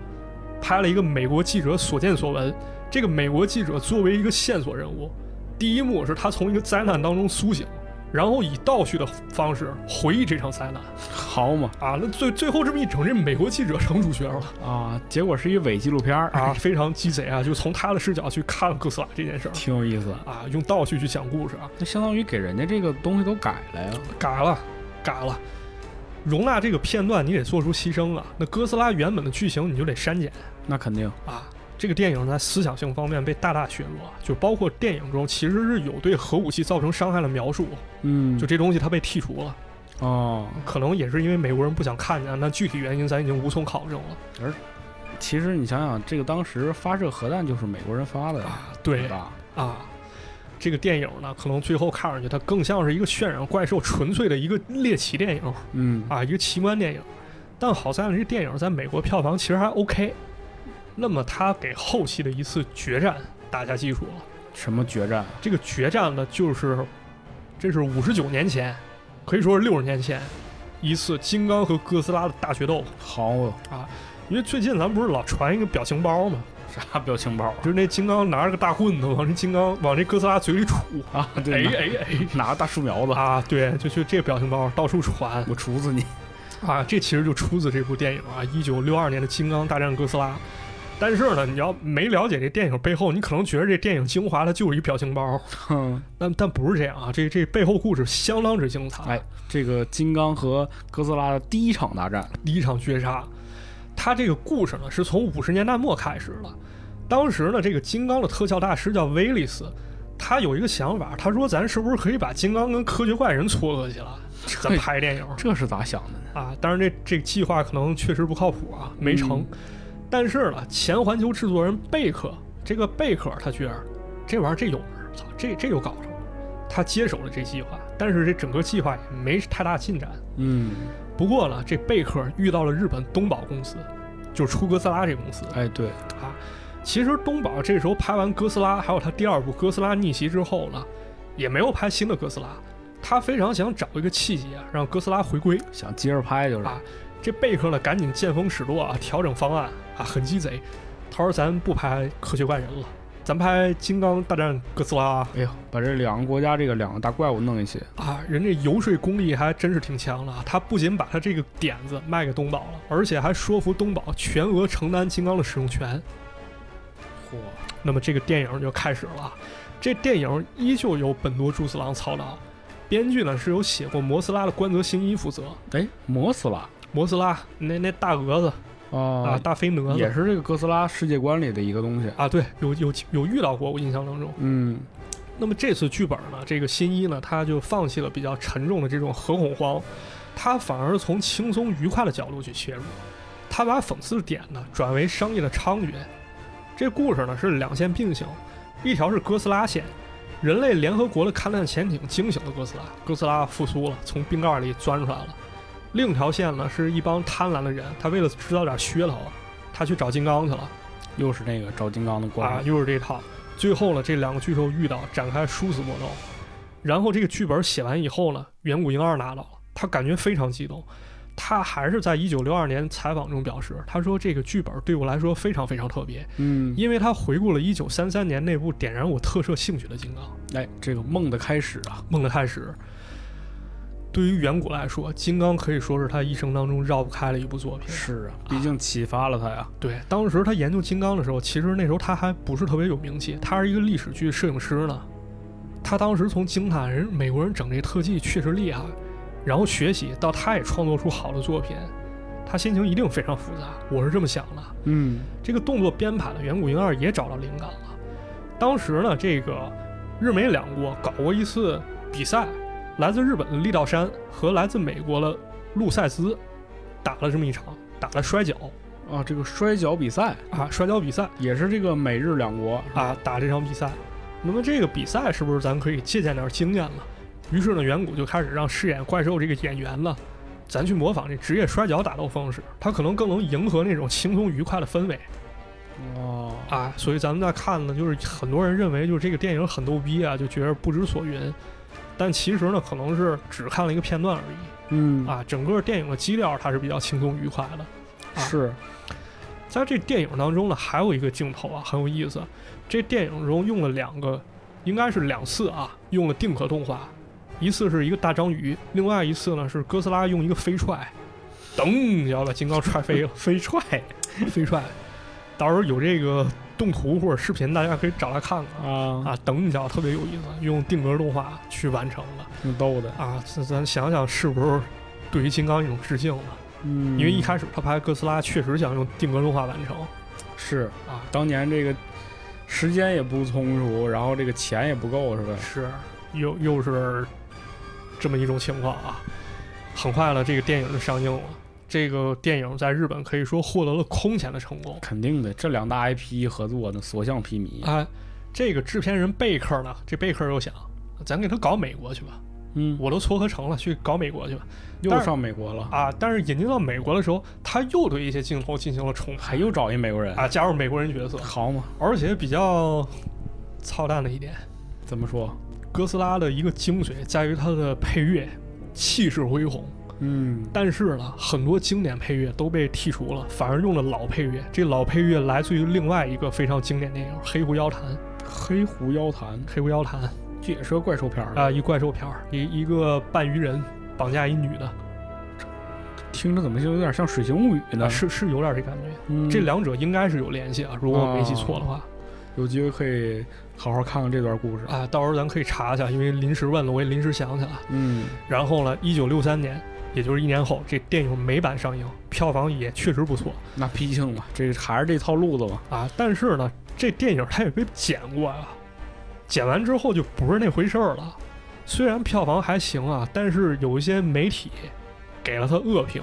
拍了一个美国记者所见所闻。这个美国记者作为一个线索人物，第一幕是他从一个灾难当中苏醒，然后以倒叙的方式回忆这场灾难好嘛啊，那最最后这么一整，这美国记者成主角了。啊，结果是一伪纪录片儿，啊，非常鸡贼啊！就从他的视角去看哥斯拉这件事儿挺有意思。啊，用倒叙去讲故事啊，那相当于给人家这个东西都改了呀。改了，改了。容纳这个片段，你得做出牺牲啊。那哥斯拉原本的剧情你就得删减那肯定，啊。这个电影在思想性方面被大大削弱，啊就包括电影中其实是有对核武器造成伤害的描述，嗯，就这东西它被剔除了，哦，可能也是因为美国人不想看见，那具体原因咱已经无从考证了其实你想想，这个当时发射核弹就是美国人发的，啊。对吧？啊，这个电影呢，可能最后看上去它更像是一个渲染怪兽纯粹的一个猎奇电影，嗯，啊，一个奇观电影。但好在呢，这电影在美国票房其实还 OK。那么它给后期的一次决战打下基础了。什么决战？这个决战呢，就是这是五十九年前，可以说是六十年前一次金刚和哥斯拉的大决斗。好，因为最近咱们不是老传一个表情包吗？啥 [laughs] 表情包就是那金刚拿着个大棍子往这金刚往这哥斯拉嘴里杵，啊？哎对，哎哎拿拿大树苗子，啊！对，就就这表情包到处传我处 [laughs] 死你！啊！这其实就出自这部电影啊，一九六二年的《金刚大战哥斯拉》。但是呢，你要没了解这电影背后，你可能觉得这电影精华它就是一表情包，哼，但但不是这样啊，这这背后故事相当之精彩。哎，这个金刚和哥斯拉的第一场大战，第一场绝杀。他这个故事呢，是从五十年代末开始的。当时呢，这个金刚的特效大师叫威利斯，他有一个想法，他说咱是不是可以把金刚跟科学怪人撮合起来，咱拍电影这是咋想的呢？啊？当然这，这计划可能确实不靠谱啊，没成。嗯但是呢，前环球制作人贝克，这个贝克他觉得这玩意儿这有门儿，操，这这有搞头。他接手了这计划，但是这整个计划也没太大进展。嗯，不过呢，这贝克遇到了日本东宝公司，就是出哥斯拉这公司哎，对，啊。其实东宝这时候拍完哥斯拉，还有他第二部《哥斯拉逆袭》之后呢，也没有拍新的哥斯拉，他非常想找一个契机啊，让哥斯拉回归。想接着拍就是，啊这贝克呢，赶紧见风使舵啊，调整方案啊，很鸡贼。他说：“咱不拍科学怪人了，咱拍《金刚大战哥斯拉》哎呦，把这两个国家这个两个大怪物弄一起，啊，人这游说功力还真是挺强的啊！他不仅把他这个点子卖给东宝了，而且还说服东宝全额承担金刚的使用权。嚯，那么这个电影就开始了啊。这电影依旧由本多助四郎操刀，编剧呢是由写过《摩斯拉》的关泽新一负责。哎，摩斯拉摩斯拉那那大蛾子啊，啊，大飞蛾也子是这个哥斯拉世界观里的一个东西。啊，对，有有有遇到过，我印象当中。嗯，那么这次剧本呢，这个新一呢，他就放弃了比较沉重的这种核恐慌，他反而从轻松愉快的角度去切入，他把讽刺的点呢转为商业的猖獗。这故事呢是两线并行，一条是哥斯拉线，人类联合国的勘探潜艇惊醒了哥斯拉，哥斯拉复苏了，从冰盖里钻出来了。另一条线呢是一帮贪婪的人，他为了制造点噱头啊，他去找金刚去了。又是那个找金刚的怪啊，物。又是这套。最后呢，这两个巨兽遇到，展开殊死搏斗。然后这个剧本写完以后呢，远古婴二拿到了，他感觉非常激动。他还是在一九六二年采访中表示，他说这个剧本对我来说非常非常特别，嗯，因为他回顾了一九三三年那部点燃我特摄兴趣的《金刚哎，这个梦的开始啊，梦的开始》。对于远古来说，《金刚》可以说是他一生当中绕不开的一部作品。是啊，毕竟启发了他呀。对，当时他研究金刚的时候，其实那时候他还不是特别有名气，他是一个历史剧摄影师呢。他当时从惊叹人美国人整这特技确实厉害，然后学习到他也创作出好的作品，他心情一定非常复杂，我是这么想的。嗯，这个动作编排呢，远古婴二也找到灵感了。当时呢，这个日美两国搞过一次比赛，来自日本的力道山和来自美国的路塞兹打了这么一场，打了摔跤啊，这个摔跤比赛啊，摔跤比赛。也是这个美日两国啊打这场比赛。那么这个比赛是不是咱可以借鉴点经验了？于是呢，远古就开始让饰演怪兽这个演员呢，咱去模仿这职业摔跤打斗方式，他可能更能迎合那种轻松愉快的氛围哦，啊。所以咱们在看呢，就是很多人认为就是这个电影很逗逼啊，就觉得不知所云。但其实呢，可能是只看了一个片段而已嗯，啊。整个电影的基调它是比较轻松愉快的。是，，在这电影当中呢，还有一个镜头啊，很有意思。这电影中用了两个，应该是两次啊，用了定格动画，一次是一个大章鱼，另外一次呢是哥斯拉用一个飞踹，噔，要把金刚踹飞了 [laughs] 飞踹， [laughs] 飞踹。到时候有这个动图或者视频，大家可以找来看看啊，啊。等一下，特别有意思，用定格动画去完成的挺逗的，啊。咱咱想想是不是对于金刚一种致敬了？嗯，因为一开始他拍哥斯拉确实想用定格动画完成是啊，当年这个时间也不充足，然后这个钱也不够，是吧？是，又又是这么一种情况啊。很快了，这个电影就上映了。这个电影在日本可以说获得了空前的成功。肯定的，这两大 IP 合作呢，所向披靡。哎，这个制片人贝克呢，这贝克又想，咱给他搞美国去吧，嗯，我都撮合成了，去搞美国去吧。又但是上美国了，啊，但是引进到美国的时候，他又对一些镜头进行了重还拍，又找一美国人，啊，加入美国人角色，好嘛？而且比较操蛋的一点，怎么说？哥斯拉的一个精髓在于它的配乐，气势恢宏。嗯，但是呢，很多经典配乐都被剔除了，反而用了老配乐。这老配乐来自于另外一个非常经典电影《黑狐妖谭》。《黑狐妖谭黑狐妖谭》这也是个怪兽片儿啊、，一怪兽片儿，一一个半鱼人绑架一女的，听着怎么就有点像《水形物语》呢？啊、是是有点这感觉。嗯，这两者应该是有联系啊，如果我没记错的话有机会可以好好看看这段故事。啊，到时候咱可以查一下，因为临时问了，我也临时想起来。嗯，然后呢，一九六三年，也就是一年后，这电影美版上映，票房也确实不错那毕竟嘛，这还是这套路子嘛。啊。但是呢，这电影它也被剪过啊，剪完之后就不是那回事儿了。虽然票房还行啊，但是有一些媒体给了他恶评，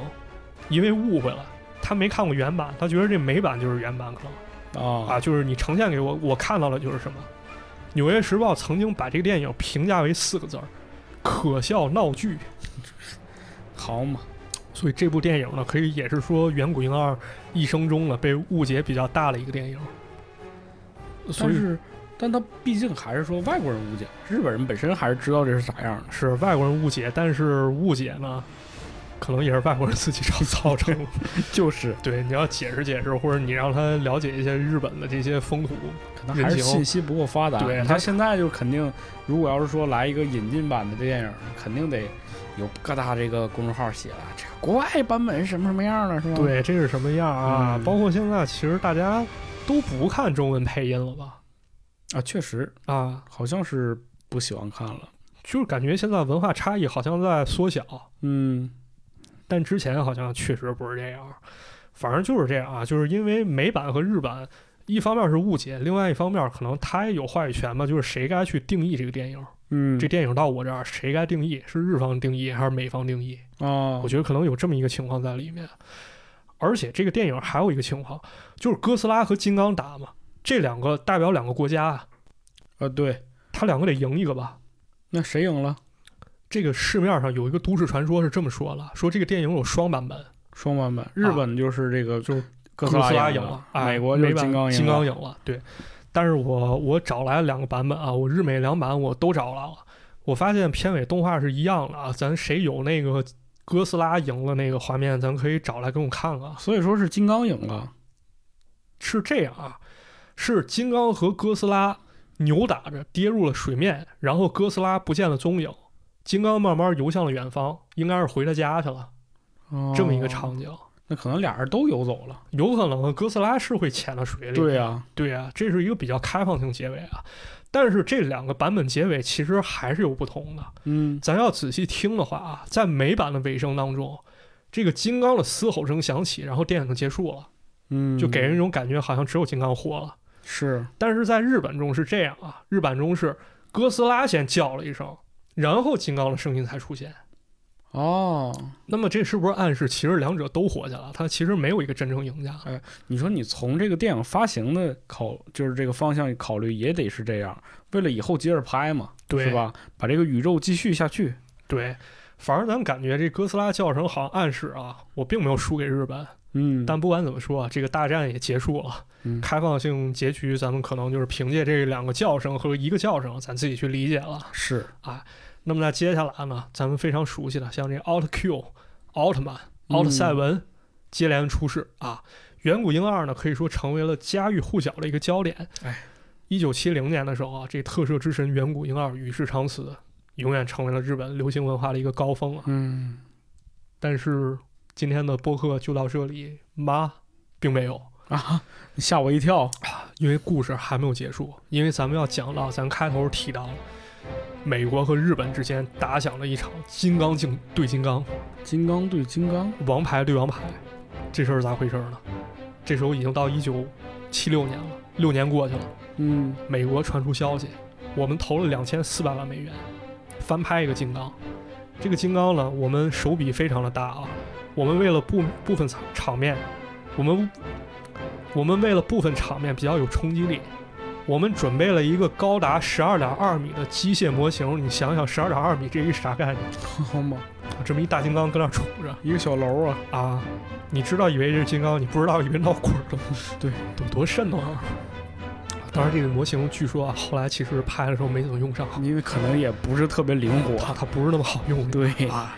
因为误会了，他没看过原版，他觉得这美版就是原版，可能。啊啊，就是你呈现给我，我看到了就是什么。《纽约时报》曾经把这个电影评价为四个字儿：可笑闹剧。好嘛，所以这部电影呢，可以也是说远古婴二一生中呢被误解比较大的一个电影。所但以是，但他毕竟还是说外国人误解，日本人本身还是知道这是啥样的。是外国人误解，但是误解呢，可能也是外国人自己造造成的。 [laughs] 就是，对，你要解释解释，或者你让他了解一些日本的这些风土。可能还是人形信息不够发达。对他他现在就肯定，如果要是说来一个引进版的这电影，肯定得有各大这个公众号写了，这个国外版本是什么什么样的，是吧？，对，这是什么样啊？嗯包括现在，其实大家都不看中文配音了吧？啊，确实啊，好像是不喜欢看了。就是感觉现在文化差异好像在缩小，嗯，但之前好像确实不是这样。反正就是这样啊，就是因为美版和日版，一方面是误解，另外一方面可能他也有话语权吧，就是谁该去定义这个电影，嗯，这电影到我这儿谁该定义，是日方定义还是美方定义？啊我，觉得可能有这么一个情况在里面。而且这个电影还有一个情况，就是哥斯拉和金刚打嘛，这两个代表两个国家，啊呃，对，他两个得赢一个吧？那谁赢了？这个市面上有一个都市传说是这么说了，说这个电影有双版本，双版本，日本啊就是这个就是哥斯拉赢了，哎美国就是美版金刚赢金了刚。赢了，对。但是我我找来了两个版本啊，我日美两版我都找来了，我发现片尾动画是一样的啊，咱谁有那个哥斯拉赢了那个画面，咱可以找来给我们看看啊。所以说是金刚赢了，是这样啊，是金刚和哥斯拉扭打着跌入了水面，然后哥斯拉不见了踪影，金刚慢慢游向了远方，应该是回他家去了，哦这么一个场景。那可能俩人都游走了。有可能哥斯拉是会潜到水里，对呀，对啊，这是一个比较开放性结尾啊。但是这两个版本结尾其实还是有不同的。嗯，咱要仔细听的话啊，在美版的尾声当中，这个金刚的嘶吼声响起，然后电影就结束了，嗯，就给人一种感觉好像只有金刚活了。是但是在日本中是这样啊，日版中是哥斯拉先叫了一声，然后金刚的声音才出现。哦。那么这是不是暗示其实两者都活下来了？它其实没有一个真正赢家。你说你从这个电影发行的考，就是这个方向考虑，也得是这样，为了以后接着拍嘛，对是吧？把这个宇宙继续下去。对，反正咱感觉这哥斯拉叫声好像暗示啊，我并没有输给日本。嗯，但不管怎么说啊，这个大战也结束了，嗯开放性结局，咱们可能就是凭借这两个叫声和一个叫声，咱自己去理解了。是那么在接下来呢，咱们非常熟悉的像这奥特 Q、奥特曼、嗯奥特赛文、接连出世啊，远古婴二呢可以说成为了家喻户晓的一个焦点。哎，一九七零年的时候啊，这特摄之神远古婴二与世长辞，永远成为了日本流行文化的一个高峰啊。嗯，但是今天的播客就到这里，妈，并没有。啊，你吓我一跳。因为故事还没有结束，因为咱们要讲到，咱开头提到了，美国和日本之间打响了一场金刚竞对金刚，金刚对金刚，王牌对王牌，这事儿是咋回事儿呢？这时候已经到一九七六年了，六年过去了，嗯，美国传出消息，我们投了两千四百万美元，翻拍一个金刚。这个金刚呢，我们手笔非常的大啊，我们为了部部分场场面，我们我们为了部分场面比较有冲击力，我们准备了一个高达十二点二米的机械模型。你想想，十二点二米这一啥概念？好嘛，这么一大金刚搁那杵着一个小楼啊，啊，你知道以为这是金刚，你不知道以为闹鬼 [laughs] 了，对，多多瘆得慌啊。当然，这个模型据说啊，后来其实拍的时候没怎么用上，因为可能也不是特别灵活。它它不是那么好用的对，啊。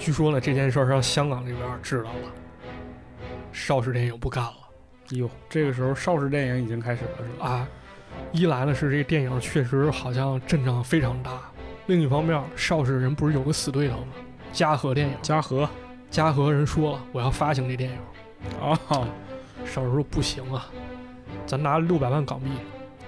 据说呢，这件事儿让香港这边知道了，邵氏电影不干了哟，这个时候邵氏电影已经开始了，是吧？啊。一来呢是这电影确实好像阵仗非常大，另一方面邵氏人不是有个死对头吗？嘉禾电影，嘉禾嘉禾人说了我要发行这电影，啊，邵氏说不行啊，咱拿六百万港币，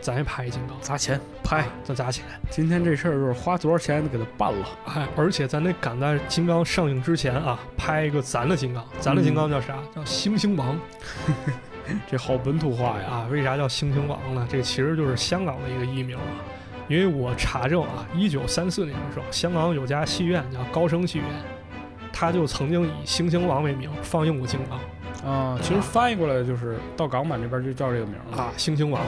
咱也拍一金刚，砸钱拍。啊咱砸钱。今天这事儿就是花多少钱给他办了。哎，而且咱得赶在《金刚》上映之前啊，拍一个咱的《金刚》。咱的《金刚》叫啥？叫《猩猩王这好本土化》呀！啊。为啥叫猩猩王呢？这其实就是香港的一个艺名啊。因为我查证啊，一九三四年的时候，香港有家戏院叫高升戏院，它就曾经以《猩猩王》为名放映过《金刚》啊，其实翻译过来就是到港版这边就叫这个名儿了。啊，《猩猩王》，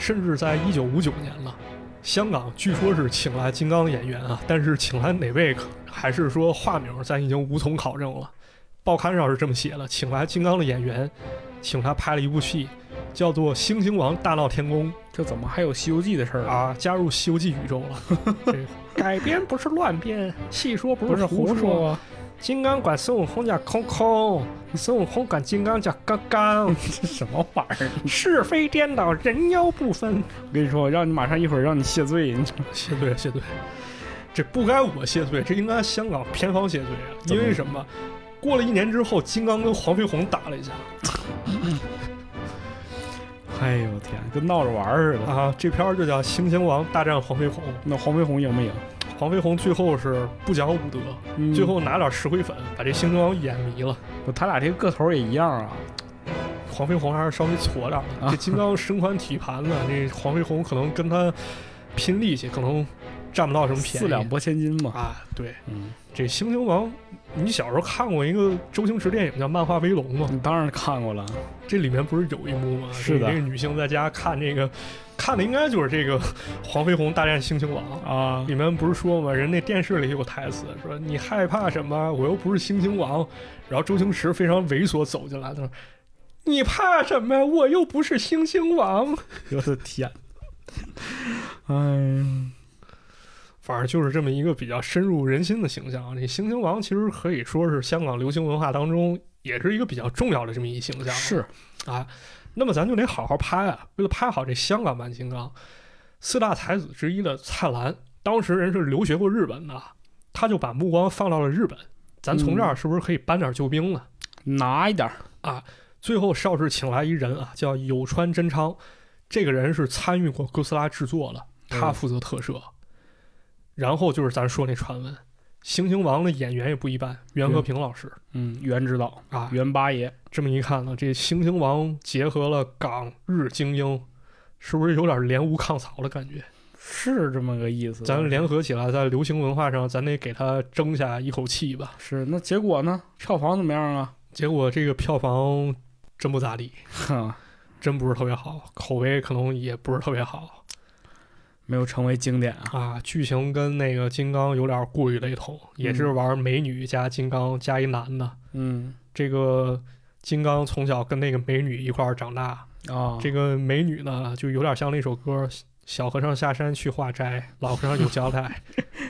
甚至在一九五九年了。香港据说是请来金刚演员啊，但是请来哪位可还是说化名，咱已经无从考证了。报刊上是这么写了，请来金刚的演员，请他拍了一部戏，叫做《猩猩王大闹天宫这怎么还有《西游记》的事儿》？啊，加入《西游记》宇宙 [laughs] 了。这改编不是乱编，戏说不是胡说。说啊！金刚管孙悟空叫空空，孙悟空管金刚叫刚 [laughs] 刚， [laughs] 这什么玩意儿？是非颠倒，人妖不分。我跟你说，我让你马上一会儿让你谢罪，你谢罪谢罪，这不该我谢罪，这应该香港片方谢罪啊！怎因么为什么？过了一年之后，金刚跟黄飞鸿打了一架哎呦我天，跟闹着玩儿似的。啊！这片儿就叫《猩猩王大战黄飞鸿》。那黄飞鸿赢没赢？黄飞鸿最后是不讲武德，嗯最后拿点石灰粉把这猩猩王演迷了。他俩这个头儿也一样啊。黄飞鸿还是稍微矬点儿的，啊这金刚身宽体盘的，这黄飞鸿可能跟他拼力气，可能占不到什么便宜。四两拨千斤嘛。啊，对，嗯，这猩猩王，你小时候看过一个周星驰电影叫《漫画威龙》吗？你当然看过了。这里面不是有一幕吗？是的这个女性在家看这个，看的应该就是这个《黄飞鸿大战猩猩王》。啊里面不是说吗？人那电视里有台词说：“你害怕什么？我又不是猩猩王。”然后周星驰非常猥琐走进来，他说：“你怕什么？我又不是猩猩王。我的天！ [laughs] 哎，”反正就是这么一个比较深入人心的形象。啊这猩猩王其实可以说是香港流行文化当中也是一个比较重要的这么一形象。是啊，那么咱就得好好拍啊！为了拍好这香港版《金刚》，四大才子之一的蔡澜，当时人是留学过日本的，他就把目光放到了日本。咱从这儿是不是可以搬点救兵呢？拿一点儿最后邵氏请来一人啊，叫有川真昌，这个人是参与过哥斯拉制作的，他嗯负责特摄。然后就是咱说那传闻，《猩猩王》的演员也不一般，袁和对平老师嗯，袁指导，啊，袁八爷，这么一看呢，这猩猩王结合了港日精英，是不是有点联吴抗曹的感觉？是这么个意思。咱联合起来，在流行文化上，咱得给他争下一口气吧。是那结果呢？票房怎么样啊？ [laughs] 结果这个票房真不咋地，哼，真不是特别好，口碑可能也不是特别好没有成为经典啊。啊。剧情跟那个金刚有点过于雷同，也是玩美女加金刚加一男的。嗯这个金刚从小跟那个美女一块儿长大，啊，这个美女呢，就有点像那首歌《小和尚下山去化斋》，老和尚有交代，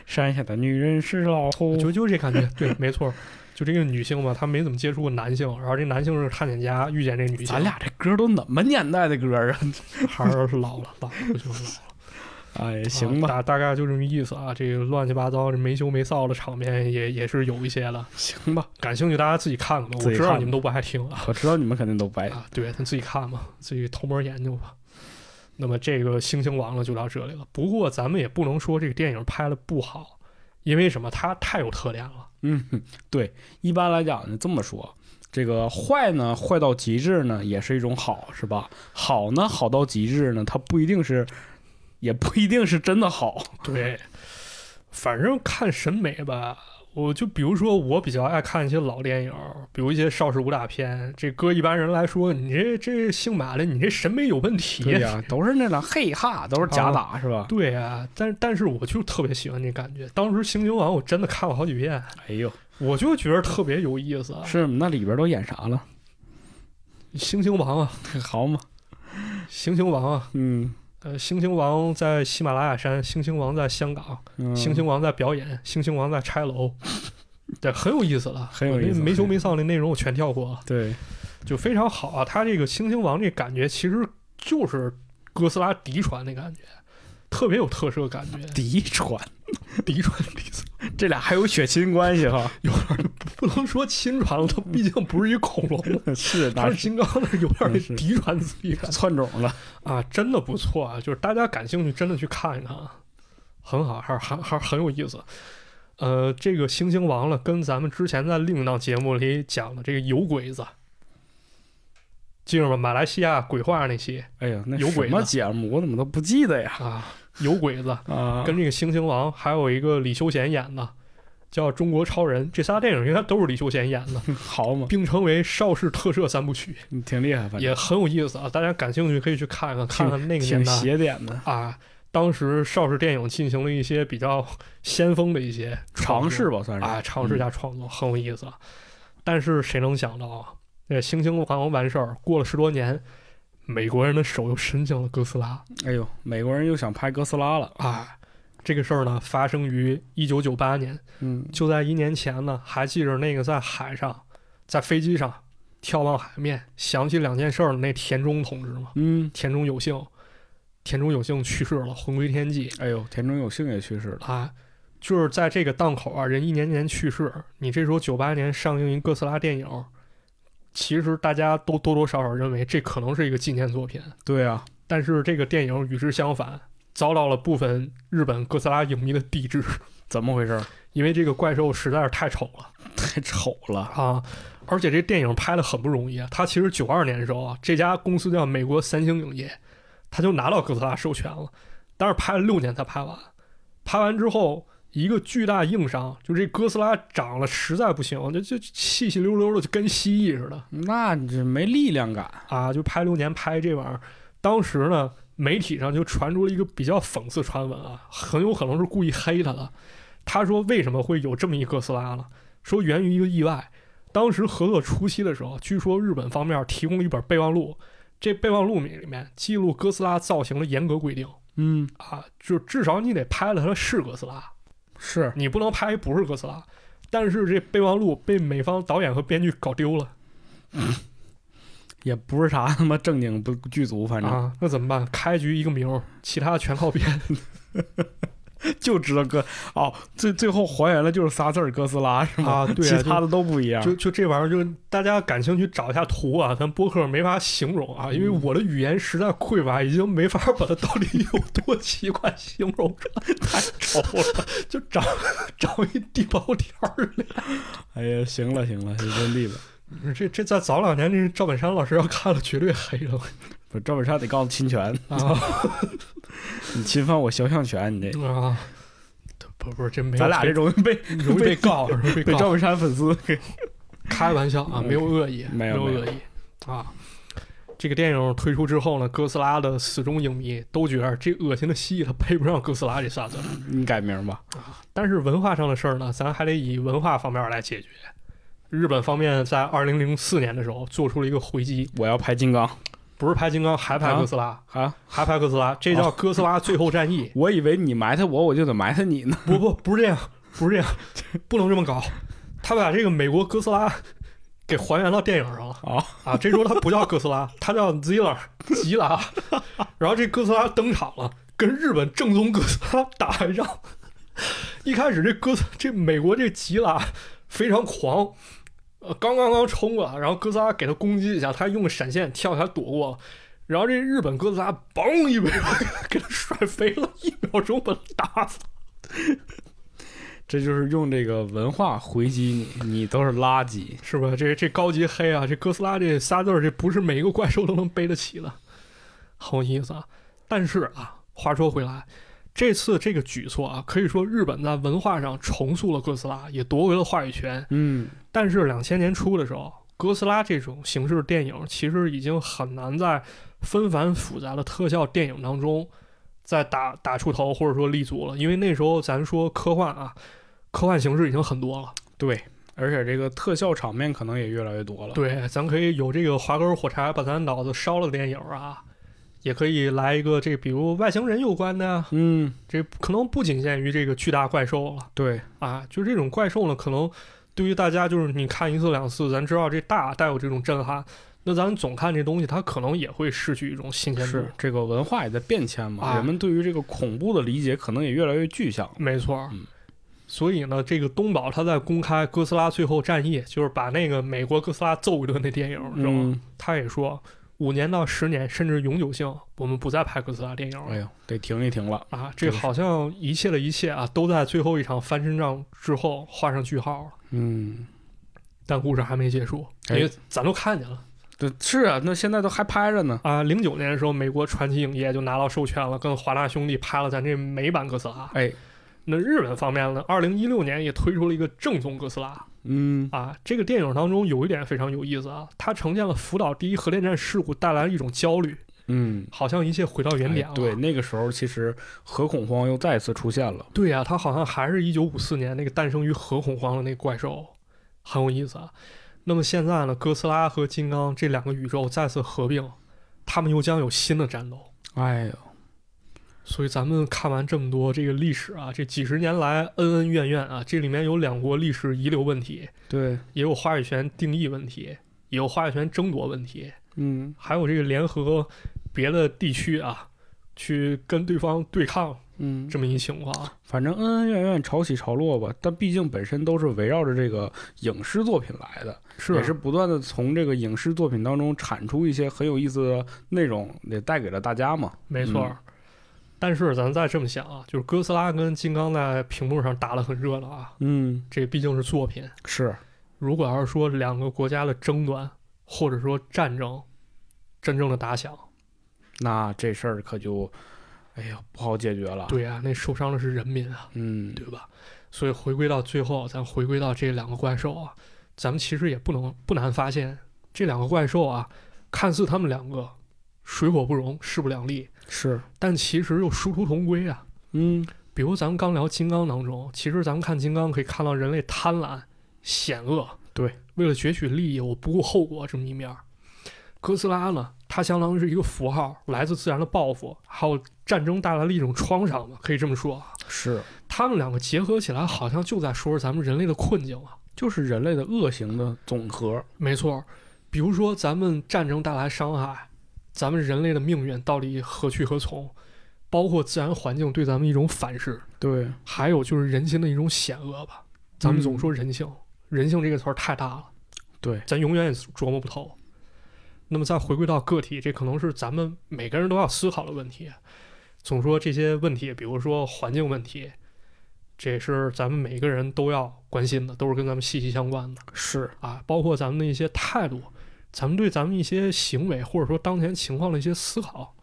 山下的女人是老虎。 [laughs] 就就这感觉。对，没错， [laughs] 就这个女性嘛，她没怎么接触过男性，然后这男性是探险家遇见这女性，咱俩这歌都哪么年代的歌啊？ [laughs] 还是老 [laughs] 了，老了就是老了。哎，行吧，啊大大概就这么意思啊。这个乱七八糟、这没羞没臊的场面也也是有一些了。行吧。感兴趣大家自己看看吧，我自己知道看你们都不爱听啊。我知道你们肯定都不爱。啊，对，咱自己看吧，自己偷摸研究吧。那么这个《猩猩王》呢，就到这里了。不过咱们也不能说这个电影拍的不好，因为什么？它太有特点了。嗯，对，一般来讲呢，这么说，这个坏呢，坏到极致呢，也是一种好，是吧？好呢，好到极致呢，它不一定是，也不一定是真的好。对，反正看审美吧，我就比如说我比较爱看一些老电影，比如一些邵氏武打片。这搁一般人来说，你这这姓马的，你这审美有问题。对呀、都是那种嘿哈，都是假打，是吧？ [laughs] 对啊，但但是我就特别喜欢这感觉。当时《猩猩王》我真的看了好几遍，哎呦，我就觉得特别有意思。啊是那里边都演啥了？猩猩王》啊， [laughs] 好嘛，猩猩王啊，嗯，呃，猩猩王在喜马拉雅山，猩猩王在香港，嗯 [laughs] 猩猩王在表演，猩猩王在拆楼，对，很有意思了，很有意思那没羞没臊那内容我全跳过了， [laughs] 对，。就非常好啊。他这个《猩猩王》这感觉其实就是哥斯拉嫡传那感觉，特别有特色感觉 [laughs] 嫡传，嫡传嫡传这俩还有血亲关系 [laughs] 哈？不能说亲传了，它毕竟不是一恐 [laughs] 龙，是，它哪 [laughs] 是金刚，那有点那嫡传子弟感窜种了？啊，真的不错啊！就是大家感兴趣，真的去看一看，啊，很好，还是还还很有意思。呃，这个《猩猩王》了，跟咱们之前在另一档节目里讲的这个有鬼子，记着吗？马来西亚鬼话那期哎呀，那有什鬼么呢节目我怎么都不记 [laughs] 得呀？啊，有鬼子啊， [laughs] 跟这个《猩猩王》还有一个李修贤演的叫《中国超人》，这仨电影应该都是李修贤演的，好嘛，并称为邵氏特摄三部曲。挺厉害，反正也很有意思啊！大家感兴趣可以去看看，看看那个挺年代邪点的啊，当时邵氏电影进行了一些比较先锋的一些创尝作试吧，算是啊，尝试加创作，很有意思啊。但是谁能想到啊，这《猩猩王》完事儿，过了十多年，美国人的手又伸向了哥斯拉哎呦，美国人又想拍哥斯拉 [laughs] 了，啊。这个事儿呢，发生于一九九八年，嗯，就在一年前呢，还记着那个在海上，在飞机上眺望海面，想起两件事儿的那田中同志吗？嗯，田中有幸，田中有幸去世了，魂归天际哎呦，田中有幸也去世了，啊！就是在这个档口啊，人一年年去世。你这时候九八年上映一哥斯拉电影，其实大家都多多少少认为这可能是一个纪念作品，对啊，但是这个电影与之相反，遭到了部分日本哥斯拉影迷的抵制，怎么回事？因为这个怪兽实在是太丑了 [laughs] 太丑了，啊！而且这电影拍的很不容易啊，它其实九二年的时候啊，这家公司叫美国三星影业，他就拿到哥斯拉授权了，但是拍了六年才拍完。拍完之后，一个巨大硬伤，就这哥斯拉长了实在不行，就就细细溜溜的，就跟蜥蜴似的那你这没力量感，啊！就拍六年拍这玩意儿，当时呢，媒体上就传出了一个比较讽刺传闻啊，很有可能是故意黑他的。他说为什么会有这么一哥斯拉呢？说源于一个意外。当时合作初期的时候，据说日本方面提供了一本备忘录，这备忘录里面记录哥斯拉造型的严格规定。嗯，啊，就至少你得拍了它是哥斯拉，是你不能拍不是哥斯拉。但是这备忘录被美方导演和编剧搞丢了也不是啥 [laughs] 他妈正经不剧组，反正啊，那怎么办？开局一个名儿，其他全靠编。就知道哥哦，最最后还原了就是仨字儿哥斯拉是吗？啊对嗯啊其他的都不一样，就就这玩意儿，就大家感兴趣找一下图啊，咱播客没法形容啊，因为嗯我的语言实在匮乏，已经没法把它到底有多奇怪形容出来，太丑了，就长长一地包天儿脸。哎呀，行了行了，就真地吧。这这再早两年，这赵本山老师要看了，绝对黑了不，赵本山得告诉侵 [laughs] 权，啊。你侵犯我肖像权，你这啊，不不是，这没有咱俩这容易被被容易被告，容易被被赵告，本山粉丝 [laughs] 给开玩笑啊，嗯没有恶意，没有有没有恶意啊。这个电影推出之后呢，哥斯拉的死忠影迷都觉得这恶心的蜥蜴它配不上哥斯拉这仨字儿。你改名吧。但是文化上的事儿呢，咱还得以文化方面来解决。日本方面在二零零四年的时候做出了一个回击，我要拍金刚不是拍金刚，还拍哥斯拉，啊！还拍哥斯拉，这叫哥斯拉最后战役。我以为你埋汰我，我就得埋汰你呢。不不不是这样，不是这样，不能这么搞。他把这个美国哥斯拉给还原到电影上了啊啊！这时候他不叫哥斯拉，他叫 Zilla 吉拉。然后这哥斯拉登场了，跟日本正宗哥斯拉打一仗。一开始这哥斯这美国这吉拉非常狂，呃，刚刚刚冲过来，然后哥斯拉给他攻击一下，他用闪现跳起来躲过了。然后这日本哥斯拉嘣一尾巴 [laughs] 给他甩飞了，一秒钟把他打死。这就是用这个文化回击你，你都是垃圾。是吧？这这高级黑啊，这哥斯拉这仨字儿，这不是每一个怪兽都能背得起的，很有意思啊。但是啊，话说回来，这次这个举措啊，可以说日本在文化上重塑了哥斯拉，也夺回了话语权。嗯，但是两千年初的时候，哥斯拉这种形式的电影其实已经很难在纷繁复杂的特效电影当中再打打出头或者说立足了，因为那时候咱说科幻啊，科幻形式已经很多了。对，而且这个特效场面可能也越来越多了。对，咱可以有这个划根火柴把咱脑子烧了电影啊，也可以来一个这比如外星人有关的啊，嗯，这可能不仅限于这个巨大怪兽了对，啊，就这种怪兽呢，可能对于大家就是你看一次两次，咱知道这大带有这种震撼，那咱总看这东西，它可能也会失去一种新鲜度是。这个文化也在变迁嘛，哎人们对于这个恐怖的理解可能也越来越具象了。没错儿嗯。所以呢，这个东宝他在公开《哥斯拉最后战役》，就是把那个美国哥斯拉揍一顿那电影，知道吗？嗯，他也说，五年到十年甚至永久性，我们不再拍哥斯拉电影了哎。呦，得停一停了。啊，这真是好像一切的一切啊，都在最后一场翻身仗之后画上句号了。嗯，但故事还没结束，因哎为咱都看见了对，是啊，那现在都还拍着呢。啊。零九年的时候，美国传奇影业就拿到授权了，跟华纳兄弟拍了咱这美版哥斯拉。哎，那日本方面呢，二零一六年也推出了一个正宗哥斯拉嗯，啊。这个电影当中有一点非常有意思啊，它呈现了福岛第一核电站事故带来的一种焦虑，嗯，好像一切回到原点哎了。对，那个时候其实核恐慌又再次出现了。对呀、它好像还是一九五四年那个诞生于核恐慌的那个怪兽，很有意思啊。那么现在呢，哥斯拉和金刚这两个宇宙再次合并，他们又将有新的战斗。哎呦，所以咱们看完这么多这个历史啊，这几十年来恩恩怨怨啊，这里面有两国历史遗留问题，对，也有话语权定义问题，也有话语权争夺问题，嗯，还有这个联合别的地区啊，去跟对方对抗嗯，这么一情况。反正恩恩怨怨、潮起潮落吧，但毕竟本身都是围绕着这个影视作品来的，是也是啊不断的从这个影视作品当中产出一些很有意思的内容，也带给了大家嘛。没错。嗯但是咱再这么想啊，就是哥斯拉跟金刚在屏幕上打得很热闹啊，嗯，这毕竟是作品。是，如果要是说两个国家的争端，或者说战争，真正的打响，啊那这事儿可就，哎呀，不好解决了。，对啊，那受伤的是人民啊，嗯，对吧？所以回归到最后，咱回归到这两个怪兽啊，咱们其实也不能不难发现，这两个怪兽啊，看似他们两个水火不容、势不两立，是，但其实又殊途同归啊。嗯，比如咱们刚聊金刚当中，其实咱们看金刚可以看到人类贪婪、险恶，对，为了攫取利益，我不顾后果这么一面儿。哥斯拉呢，它相当于是一个符号，来自自然的报复，还有战争带来的一种创伤吧，可以这么说。是，他们两个结合起来，好像就在说是咱们人类的困境啊。就是人类的恶行的总和。没错，比如说咱们战争带来伤害，咱们人类的命运到底何去何从，包括自然环境对咱们一种反噬。对，还有就是人心的一种险恶吧。咱们总说人性，人性这个词儿太大了，对，咱永远也琢磨不透。那么再回归到个体，这可能是咱们每个人都要思考的问题。总说这些问题，比如说环境问题，这也是咱们每个人都要关心的，都是跟咱们息息相关的是，啊。包括咱们的一些态度，咱们对咱们一些行为或者说当前情况的一些思考，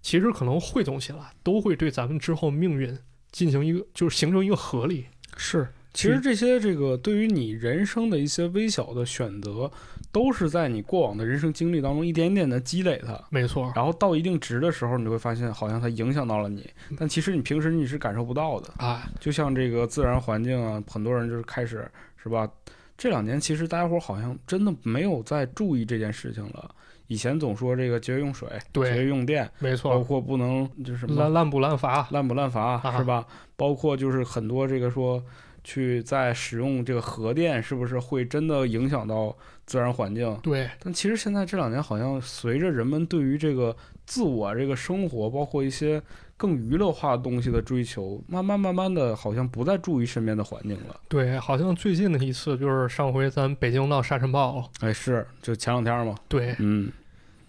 其实可能汇总起来，都会对咱们之后命运进行一个就是形成一个合力。是。其实这些这个对于你人生的一些微小的选择，都是在你过往的人生经历当中一点点的积累它，没错然后到一定值的时候，你就会发现好像它影响到了你，但其实你平时你是感受不到的。啊，就像这个自然环境啊，很多人就是开始是吧？这两年其实大家伙儿好像真的没有在注意这件事情了。以前总说这个节约用水、对节约用电，没包错，括不能就是什么滥滥捕滥伐，滥捕滥伐啊是吧？包括就是很多这个说去在使用这个核电，是不是会真的影响到自然环境？对，但其实现在这两年好像随着人们对于这个自我、啊这个生活，包括一些更娱乐化的东西的追求，慢慢慢慢的，好像不再注意身边的环境了。对，好像最近的一次就是上回咱北京闹沙尘暴了，哎，是，就前两天嘛，对，嗯，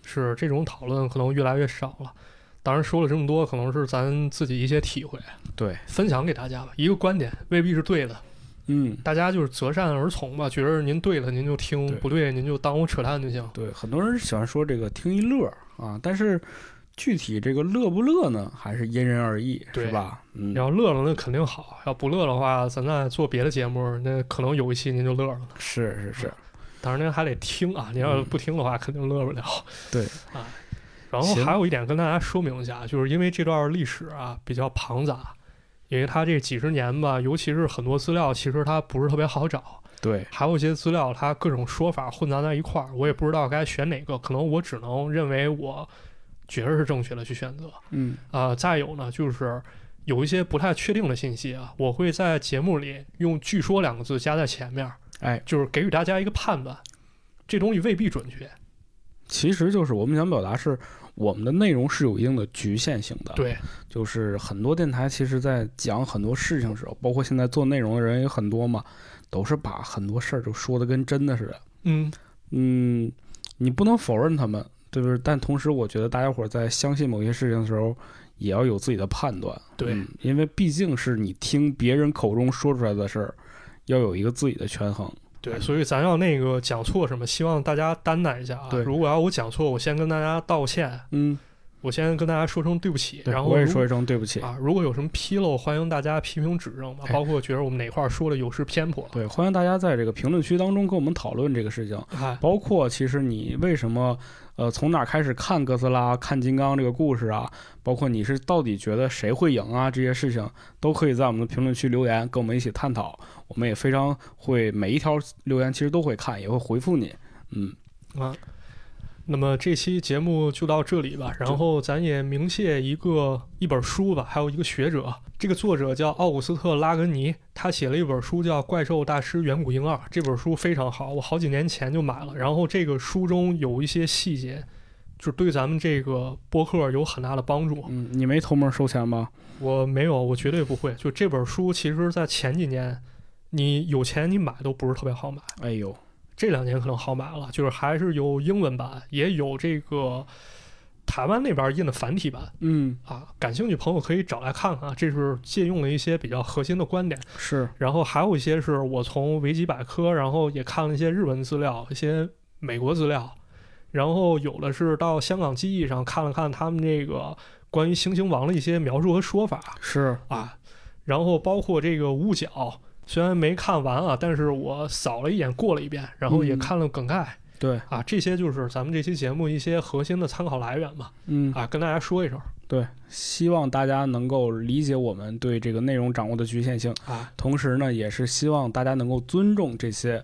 是这种讨论可能越来越少了。当然说了这么多，可能是咱自己一些体会，对，分享给大家吧。一个观点未必是对的，嗯，大家就是择善而从吧。觉得您对了，您就听；对不对，您就当我扯淡就行。对，很多人喜欢说这个听一乐儿啊，但是具体这个乐不乐呢，还是因人而异，对是吧？嗯你，要乐了，那肯定好；要不乐的话，咱再做别的节目，那可能有一期您就乐了。是是是，当然您还得听啊，您要是嗯不听的话，肯定乐不了。对啊，然后行还有一点跟大家说明一下，就是因为这段历史啊比较庞杂，因为它这几十年吧，尤其是很多资料，其实它不是特别好找，对，还有一些资料它各种说法混杂在一块儿，我也不知道该选哪个，可能我只能认为我觉得是正确的去选择。嗯，啊，再有呢，就是有一些不太确定的信息啊，我会在节目里用“据说”两个字加在前面儿，哎，就是给予大家一个判断，这东西未必准确。啊其实就是我们想表达是，我们的内容是有一定的局限性的。，对，就是很多电台其实在讲很多事情的时候，包括现在做内容的人也很多嘛，都是把很多事儿就说的跟真的似的。嗯，嗯，你不能否认他们，对不对？但同时，我觉得大家伙儿在相信某些事情的时候，也要有自己的判断。对嗯因为毕竟是你听别人口中说出来的事儿，要有一个自己的权衡。对，所以咱要那个讲错什么，希望大家担待一下啊。对如果要我讲错，我先跟大家道歉，嗯，我先跟大家说声对不起，对然后我也如说一声对不起。啊，如果有什么纰漏，欢迎大家批评指正吧，哎包括觉得我们哪块儿说的有失偏颇，对，欢迎大家在这个评论区当中跟我们讨论这个事情，哎，包括其实你为什么，呃，从哪儿开始看哥斯拉、看金刚这个故事啊，包括你是到底觉得谁会赢啊，这些事情都可以在我们的评论区留言，跟我们一起探讨。我们也非常会每一条留言其实都会看，也会回复你。嗯，啊。那么这期节目就到这里吧，然后咱也鸣谢一个一本书吧，还有一个学者，这个作者叫奥古斯特·拉根尼，他写了一本书叫《怪兽大师远古婴二》，这本书非常好，我好几年前就买了。然后这个书中有一些细节，就是对咱们这个播客有很大的帮助。嗯，你没偷摸收钱吧？我没有，我绝对不会。就这本书，其实在前几年，你有钱你买都不是特别好买，哎呦，这两年可能好买了，就是还是有英文版，也有这个台湾那边印的繁体版嗯，啊。感兴趣朋友可以找来看看啊，这是借用了一些比较核心的观点，是，然后还有一些是我从维基百科，然后也看了一些日文资料，一些美国资料，然后有的是到香港记忆上看了看他们这个关于猩猩王的一些描述和说法。是，啊，然后包括这个屋角，虽然没看完啊，但是我扫了一眼，过了一遍，然后也嗯看了梗概、对，啊，这些就是咱们这期节目一些核心的参考来源嘛，嗯，啊，跟大家说一声对，希望大家能够理解我们对这个内容掌握的局限性。啊，同时呢，也是希望大家能够尊重这些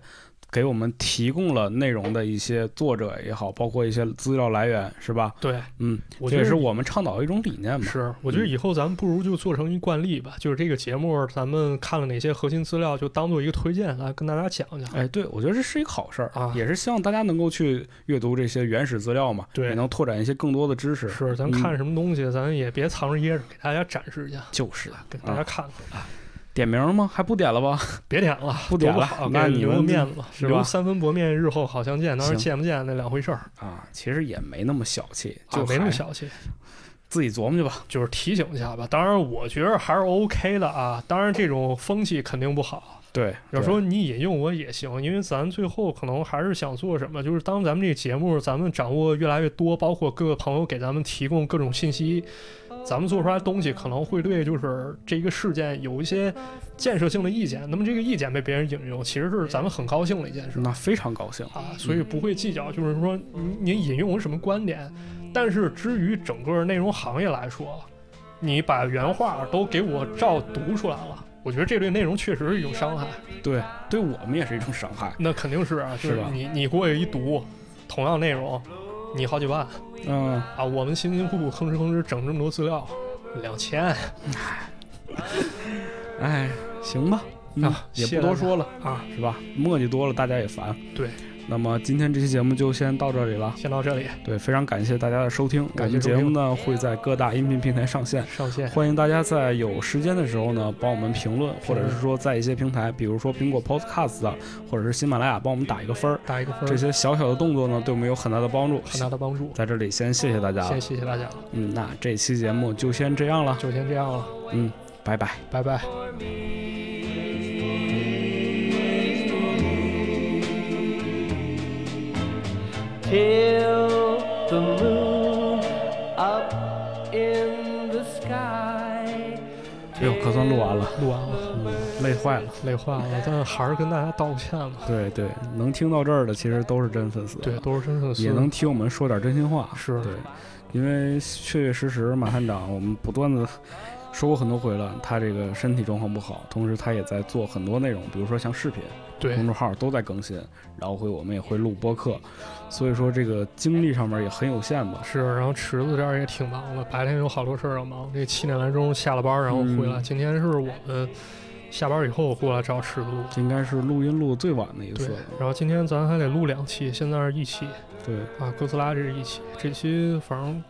给我们提供了内容的一些作者也好，包括一些资料来源，是吧？对，嗯，我这也觉得是我们倡导的一种理念嘛。嗯是，我觉得以后咱们不如就做成一惯例吧，就是这个节目咱们看了哪些核心资料，就当做一个推荐来跟大家讲讲。哎，对，我觉得这是一个好事儿啊也是希望大家能够去阅读这些原始资料嘛，对也能拓展一些更多的知识。是，咱嗯看什么东西，咱也别藏着掖着，给大家展示一下，就是给大家看看。啊点名吗？还不点了吧？别点了，啊不点多了好给哦那人你留们个面子吧，是吧留三分薄面，日后好相见，当然行见不见那两回事儿，啊，其实也没那么小气，就就啊没那么还，小气，自己琢磨去吧。就是提醒一下吧。当然，我觉得还是 OK 的啊，当然这种风气肯定不好。对，有对时候你引用我也行，因为咱最后可能还是想做什么，就是当咱们这节目咱们掌握越来越多，包括各个朋友给咱们提供各种信息，咱们做出来的东西可能会对就是这个事件有一些建设性的意见。那么这个意见被别人引用，其实是咱们很高兴的一件事。那非常高兴。啊，所以不会计较，就是说你你引用什么观点，但是至于整个内容行业来说，你把原话都给我照读出来了，我觉得这对内容确实是一种伤害，对，对我们也是一种伤害。 [laughs] 那肯定是啊，就是吧你你过去一读，同样内容，你好几万嗯，啊，我们辛辛苦苦吭哧吭哧整这么多资料，两千啊哎，行吧，嗯啊，也不多说了。啊，是吧？墨迹多了，大家也烦。对，那么今天这期节目就先到这里了。先到这里，对，非常感谢大家的收听。我感谢们收节听目呢会在各大音频平台上线，上线，欢迎大家在有时间的时候呢帮我们评论，或者是说在一些平台，比如说苹果 Podcast 啊，或者是喜马拉雅，帮我们打一个分儿。打一个分这儿，些小小的动作呢，对我们有很大的帮助。很嗯大的帮助，在这里先谢谢大家了先。谢谢大家了，嗯，那这期节目就先这样了。就先这样了，嗯，拜拜。拜拜。 till the moon up in the sky. 哎呦，可算录完了，录完了，累坏了。累坏了，但还是跟大家道歉吧。对对，能听到这儿的其实都是真粉丝。啊对，都是真粉丝，也能听我们说点真心话。是对，因为确确实实马探长，我们不断的说过很多回了，他这个身体状况不好，同时他也在做很多内容，比如说像视频、对公众号都在更新，然后会我们也会录播客，所以说这个精力上面也很有限吧。是。然后池子这儿也挺忙的，白天有好多事儿要忙。这七点来钟下了班，然后回来。嗯今天是我们下班以后过来找史录。这应该是录音录最晚的一对次了。，然后今天咱还得录两期，现在是一期对，啊，哥斯拉这是一期，这期反正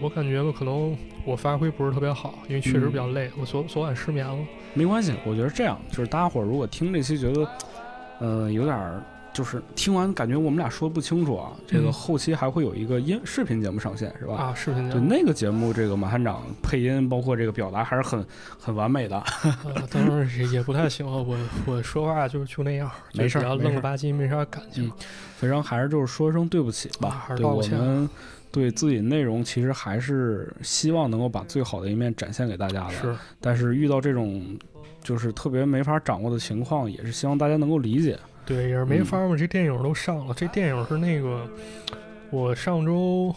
我感觉吧，可能我发挥不是特别好，因为确实嗯比较累，我昨昨晚失眠了。没关系，我觉得这样就是大家伙儿如果听这期觉得，呃，有点儿就是听完感觉我们俩说不清楚啊，这个嗯后期还会有一个音视频节目上线，是吧？啊，视频节对目，那个节目，这个马探长配音包括这个表达还是很很完美的。呃当然也也不太行啊，我我说话就是就那样，就没事儿比较没事儿嗯愣了吧唧，没啥感情。所以然后还是就是说一声对不起啊吧，还是对道我个歉们对自己内容其实还是希望能够把最好的一面展现给大家的。是，但是遇到这种就是特别没法掌握的情况，也是希望大家能够理解。对，也是没嗯法嘛，这电影都上了，这电影是那个我上周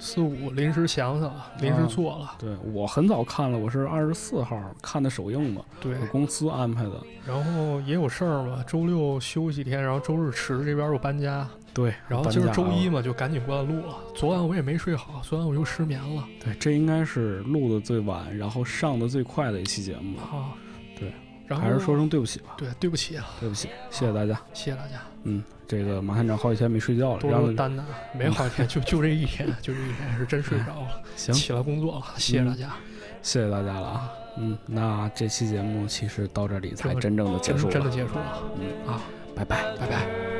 四五临时想想，临时啊做了，对我很早看了，我是二十四号看的首映嘛，对，是公司安排的。然后也有事儿嘛，周六休息天，然后周日池这边又搬家，对，然后搬今儿家嗯周了一嘛就赶紧过来录了。昨晚我也没睡好，昨晚我又失眠了对，这应该是录的最晚，然后上的最快的一期节目了，啊。对，然后还是说声对不起吧，对，对不起啊，对不起，谢谢大家。谢谢大家，嗯，这个马探长好几天没睡觉了，多哦让嗯多他担待，啊没好几天，就就这一天，就这一天是真睡着了，行，嗯起来工作了，谢谢大家，谢谢大家了啊。嗯，那这期节目其实到这里才这么真正的结真束真的了，结束了嗯啊，拜拜。拜拜。